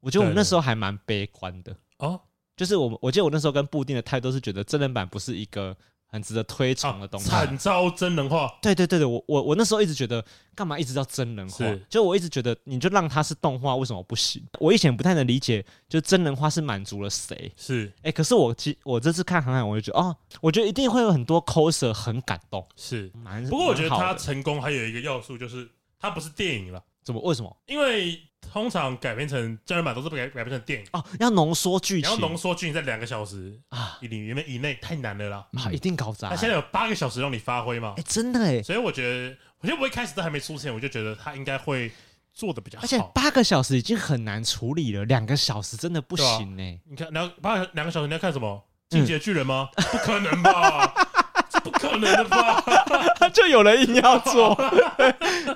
Speaker 2: 我觉得我们
Speaker 4: 对
Speaker 2: 那时候还蛮悲观的，
Speaker 4: 哦，
Speaker 2: 就是我们我记得我那时候跟布丁的态度是觉得真人版不是一个很值得推崇的东西。
Speaker 4: 惨遭真人化，
Speaker 2: 对对对对，我我我那时候一直觉得干嘛一直叫真人化
Speaker 4: 是，
Speaker 2: 就我一直觉得你就让它是动画为什么不行？我以前不太能理解，就真人化是满足了谁？
Speaker 4: 是
Speaker 2: 哎，可是我其我这次看航海，我就觉得哦，我觉得一定会有很多 coser 很感动。
Speaker 4: 是。
Speaker 2: 蛮
Speaker 4: 不过我觉得
Speaker 2: 蛮好
Speaker 4: 他
Speaker 2: 的
Speaker 4: 成功还有一个要素就是，他不是电影了，
Speaker 2: 怎么为什么
Speaker 4: 因为通常改编成真人版都是被改改编成电影，
Speaker 2: 哦要浓缩剧
Speaker 4: 你要
Speaker 2: 情
Speaker 4: 浓缩剧情在两个小时
Speaker 2: 啊
Speaker 4: 里面以内太难了啦。
Speaker 2: 啊，一定搞砸
Speaker 4: 他。现在有八个小时让你发挥嘛
Speaker 2: 哎，，真的哎，
Speaker 4: 所以我觉得，我觉得我一开始都还没出现，我就觉得他应该会做的比较
Speaker 2: 而且
Speaker 4: 好。
Speaker 2: 八个小时已经很难处理了，两个小时真的不行欸呢、
Speaker 4: 你看，两八个两个小时，你要看什么？
Speaker 2: 嗯
Speaker 4: 进击的巨人吗？不可能 吧？这不可能的吧？
Speaker 2: 就有人硬要做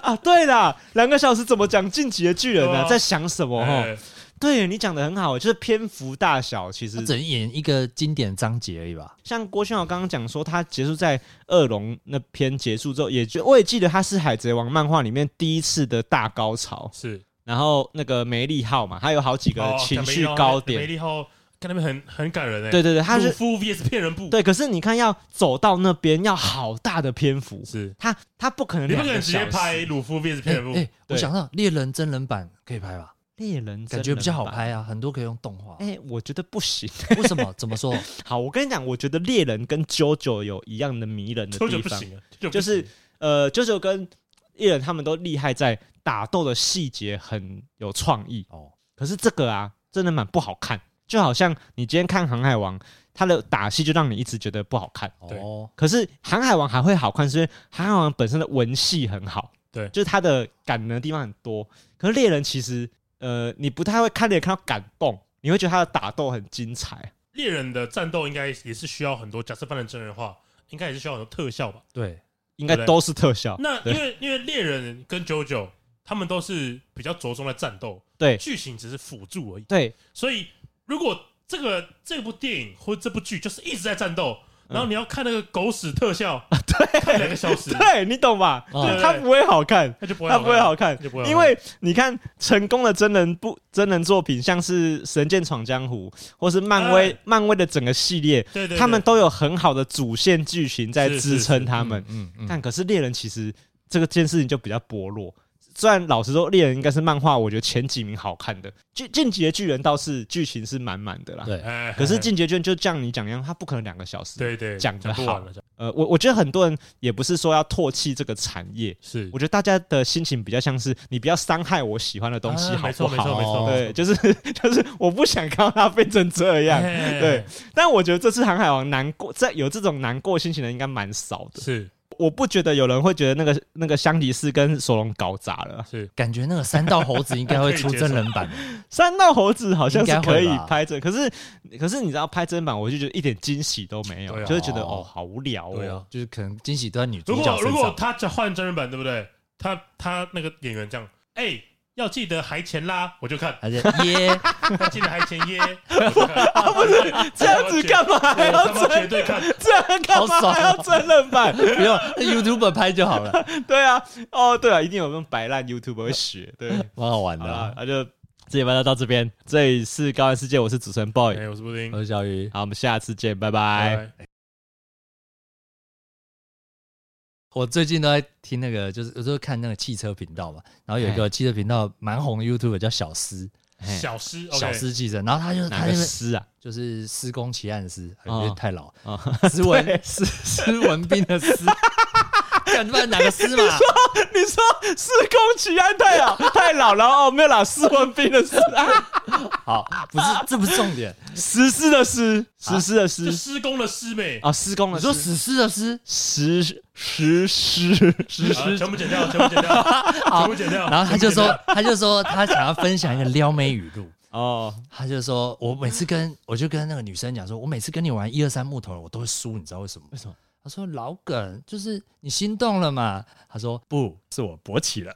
Speaker 2: 啊！对啦，两个小时怎么讲晋级的巨人呢、
Speaker 4: 对啊
Speaker 2: 在想什么？哈，
Speaker 4: 哎
Speaker 2: 对你讲的很好，就是篇幅大小，其
Speaker 3: 他
Speaker 2: 实
Speaker 3: 只能演一个经典章节而已吧？
Speaker 2: 像郭轩豪刚刚讲说，他结束在恶龙那篇结束之后，也就我也记得他是海贼王漫画里面第一次的大高潮，
Speaker 4: 是
Speaker 2: 然后那个梅利号嘛，他有好几个
Speaker 4: 哦
Speaker 2: 情绪
Speaker 4: 美丽号
Speaker 2: 高
Speaker 4: 美
Speaker 2: 点，
Speaker 4: 丽号看那边很很感人哎。
Speaker 2: 对对对，他
Speaker 4: 鲁
Speaker 2: 是
Speaker 4: 夫 VS 骗人部，
Speaker 2: 对，可是你看要走到那边要好大的篇幅，
Speaker 4: 是
Speaker 2: 他他不可能
Speaker 4: 你
Speaker 2: 两
Speaker 4: 不可
Speaker 2: 个
Speaker 4: 能直接
Speaker 2: 小
Speaker 4: 拍
Speaker 2: 时。
Speaker 4: 鲁夫 VS
Speaker 3: 哎
Speaker 4: 骗人部，
Speaker 3: 哎，我
Speaker 2: 对
Speaker 3: 想到猎人真人版可以拍吧？
Speaker 2: 猎人
Speaker 3: 感觉比较好。拍啊，很多可以用动画。
Speaker 2: 哎、我觉得不行。
Speaker 3: 为什 么？怎么说？
Speaker 2: 好，我跟你讲，我觉得猎人跟 JoJo 有一样的迷人的
Speaker 4: 这就
Speaker 2: 地
Speaker 4: 不
Speaker 2: 方，
Speaker 4: 行啊，这不
Speaker 2: 就是呃，JoJo 跟猎人他们都厉害在打斗的细节很有创意，
Speaker 3: 哦，
Speaker 2: 可是这个啊，真的蛮不好看。就好像你今天看《航海王》，他的打戏就让你一直觉得不好看。
Speaker 4: 对
Speaker 3: 哦，
Speaker 2: 可是《航海王》还会好看，是因为《航海王》本身的文戏很好，
Speaker 4: 对
Speaker 2: 就是它的感人的地方很多。可是猎人其实，呃，你不太会看猎人看到感动，你会觉得他的打斗很精彩。
Speaker 4: 猎人的战斗应该也是需要很多，假设翻成真人化，应该也是需要很多特效吧？
Speaker 3: 对，
Speaker 2: 应该都是特效，
Speaker 4: 那因
Speaker 2: 啊对
Speaker 4: 为因为猎人跟九九他们都是比较着重在战斗，
Speaker 2: 对
Speaker 4: 剧情只是辅助而已。
Speaker 2: 对
Speaker 4: 所以如果这个这部电影或这部剧就是一直在战斗，然后你要看那个狗屎 特效，看两个小时，
Speaker 2: 嗯啊对你懂吧？
Speaker 3: 哦
Speaker 2: 就是它不会好看，
Speaker 4: 那就不会
Speaker 2: 它不会
Speaker 4: 看
Speaker 2: 好看
Speaker 4: 就不会好，看
Speaker 2: 因为你看成功的真人不真人作品，像是《神剑闯江湖》或是漫威
Speaker 4: 哎
Speaker 2: 漫威的整个系列，
Speaker 4: 对对对
Speaker 2: 他们都有很好的主线剧情在
Speaker 4: 是是
Speaker 2: 支撑他们。
Speaker 3: 嗯嗯，
Speaker 2: 但可是猎人其实这个件事情就比较薄弱。虽然老实说，猎人应该是漫画我觉得前几名好看的，进进击的巨人倒是剧情是满满的啦。
Speaker 3: 对，
Speaker 4: 哎，
Speaker 2: 可是进击的巨人就像你讲一样，他不可能两个小时。
Speaker 4: 对对
Speaker 2: 讲得
Speaker 4: 不
Speaker 2: 好
Speaker 4: 完了，讲
Speaker 2: 呃，我我觉得很多人也不是说要唾弃这个产业，
Speaker 4: 是
Speaker 2: 我觉得大家的心情比较像是你不要伤害我喜欢的东西，
Speaker 4: 啊
Speaker 2: 好
Speaker 4: 没
Speaker 2: 不
Speaker 4: 错没
Speaker 2: 好？
Speaker 4: 错没错，
Speaker 2: 对，就是 就是我不想看到它变成这 样。
Speaker 4: 哎
Speaker 2: 对，但我觉得这次《航海王》难过，在有这种难过心情的应该蛮少的。
Speaker 4: 是
Speaker 2: 我不觉得有人会觉得那个那个香吉士跟索隆搞砸了。
Speaker 4: 是，
Speaker 3: 感觉那个三道猴子应该会出
Speaker 4: 可以接受
Speaker 3: 真人版的，
Speaker 2: 三道猴子好像是可以
Speaker 3: 应该会吧
Speaker 2: 拍真，可是可是你知道拍真版，我就觉得一点惊喜都没有，
Speaker 4: 对啊
Speaker 2: 就是觉得哦好无聊
Speaker 4: 对
Speaker 2: 哦
Speaker 4: 啊。
Speaker 3: 就是可能惊喜都在女主
Speaker 4: 如
Speaker 3: 角
Speaker 4: 果
Speaker 3: 身
Speaker 4: 如果
Speaker 3: 上。
Speaker 4: 他换真人版，对不对？他他那个演员这样，哎，要记得还钱啦，我就 看，
Speaker 3: 还是耶，
Speaker 4: 他记得还钱耶，不是
Speaker 2: 这样子干嘛还要
Speaker 3: 啊
Speaker 4: 他妈绝
Speaker 2: 真？
Speaker 4: 对看，
Speaker 2: 这样干嘛
Speaker 3: 好爽哦
Speaker 2: 还要真人版？
Speaker 3: 不用 YouTube 拍就好了，
Speaker 2: 对啊，哦对啊，一定有那种摆烂 YouTube 会学。对，
Speaker 3: 蛮好玩的
Speaker 2: 好啦
Speaker 3: 啊。，
Speaker 2: 那就这礼拜就到这边。这里是高玩世界，我是主持人 boy。
Speaker 4: 哎，我是布丁哎
Speaker 3: 我，是小鱼，
Speaker 2: 好，我们下次见，拜
Speaker 4: 拜
Speaker 2: 拜。
Speaker 4: 拜
Speaker 3: 我最近都在听那个，就是有时候看那个汽车频道嘛，然后
Speaker 4: 哎
Speaker 3: 有一个汽车频道蛮红的 YouTube 叫小司，
Speaker 2: 嘿
Speaker 4: 小诗，
Speaker 3: 小司汽车，然后他就
Speaker 2: 哪
Speaker 3: 他
Speaker 2: 个
Speaker 3: 就
Speaker 2: 师啊？
Speaker 3: 就是施工奇案的施，
Speaker 2: 哦
Speaker 3: 有点太老，
Speaker 2: 哦，
Speaker 3: 施文施施文斌 的施，干不然哪个施嘛？
Speaker 2: 你说施工奇安太 老太老了哦，没有啦，施文斌的施 啊，
Speaker 3: 好，不是这不是重 点，
Speaker 2: 实施的施，实施的
Speaker 4: 是
Speaker 2: 施
Speaker 4: 施工的施呗，
Speaker 2: 啊，施工
Speaker 3: 你
Speaker 2: 的
Speaker 3: 说
Speaker 2: 施，
Speaker 3: 史诗的诗，
Speaker 2: 实实施实
Speaker 4: 啊
Speaker 2: 施
Speaker 4: 全部剪掉，全部剪掉， 全部剪掉。
Speaker 3: 然后他就
Speaker 4: 全部剪
Speaker 3: 说
Speaker 4: 掉，
Speaker 3: 他就说他想要分享一个撩妹语录，
Speaker 2: 哦，
Speaker 3: 他就说我每次跟我就跟那个女生讲说，我每次跟你玩一二三木头人，我都会输，你知道为什么？
Speaker 2: 为什么？
Speaker 3: 他说老梗就是你心动了嘛？他说不是我勃起了。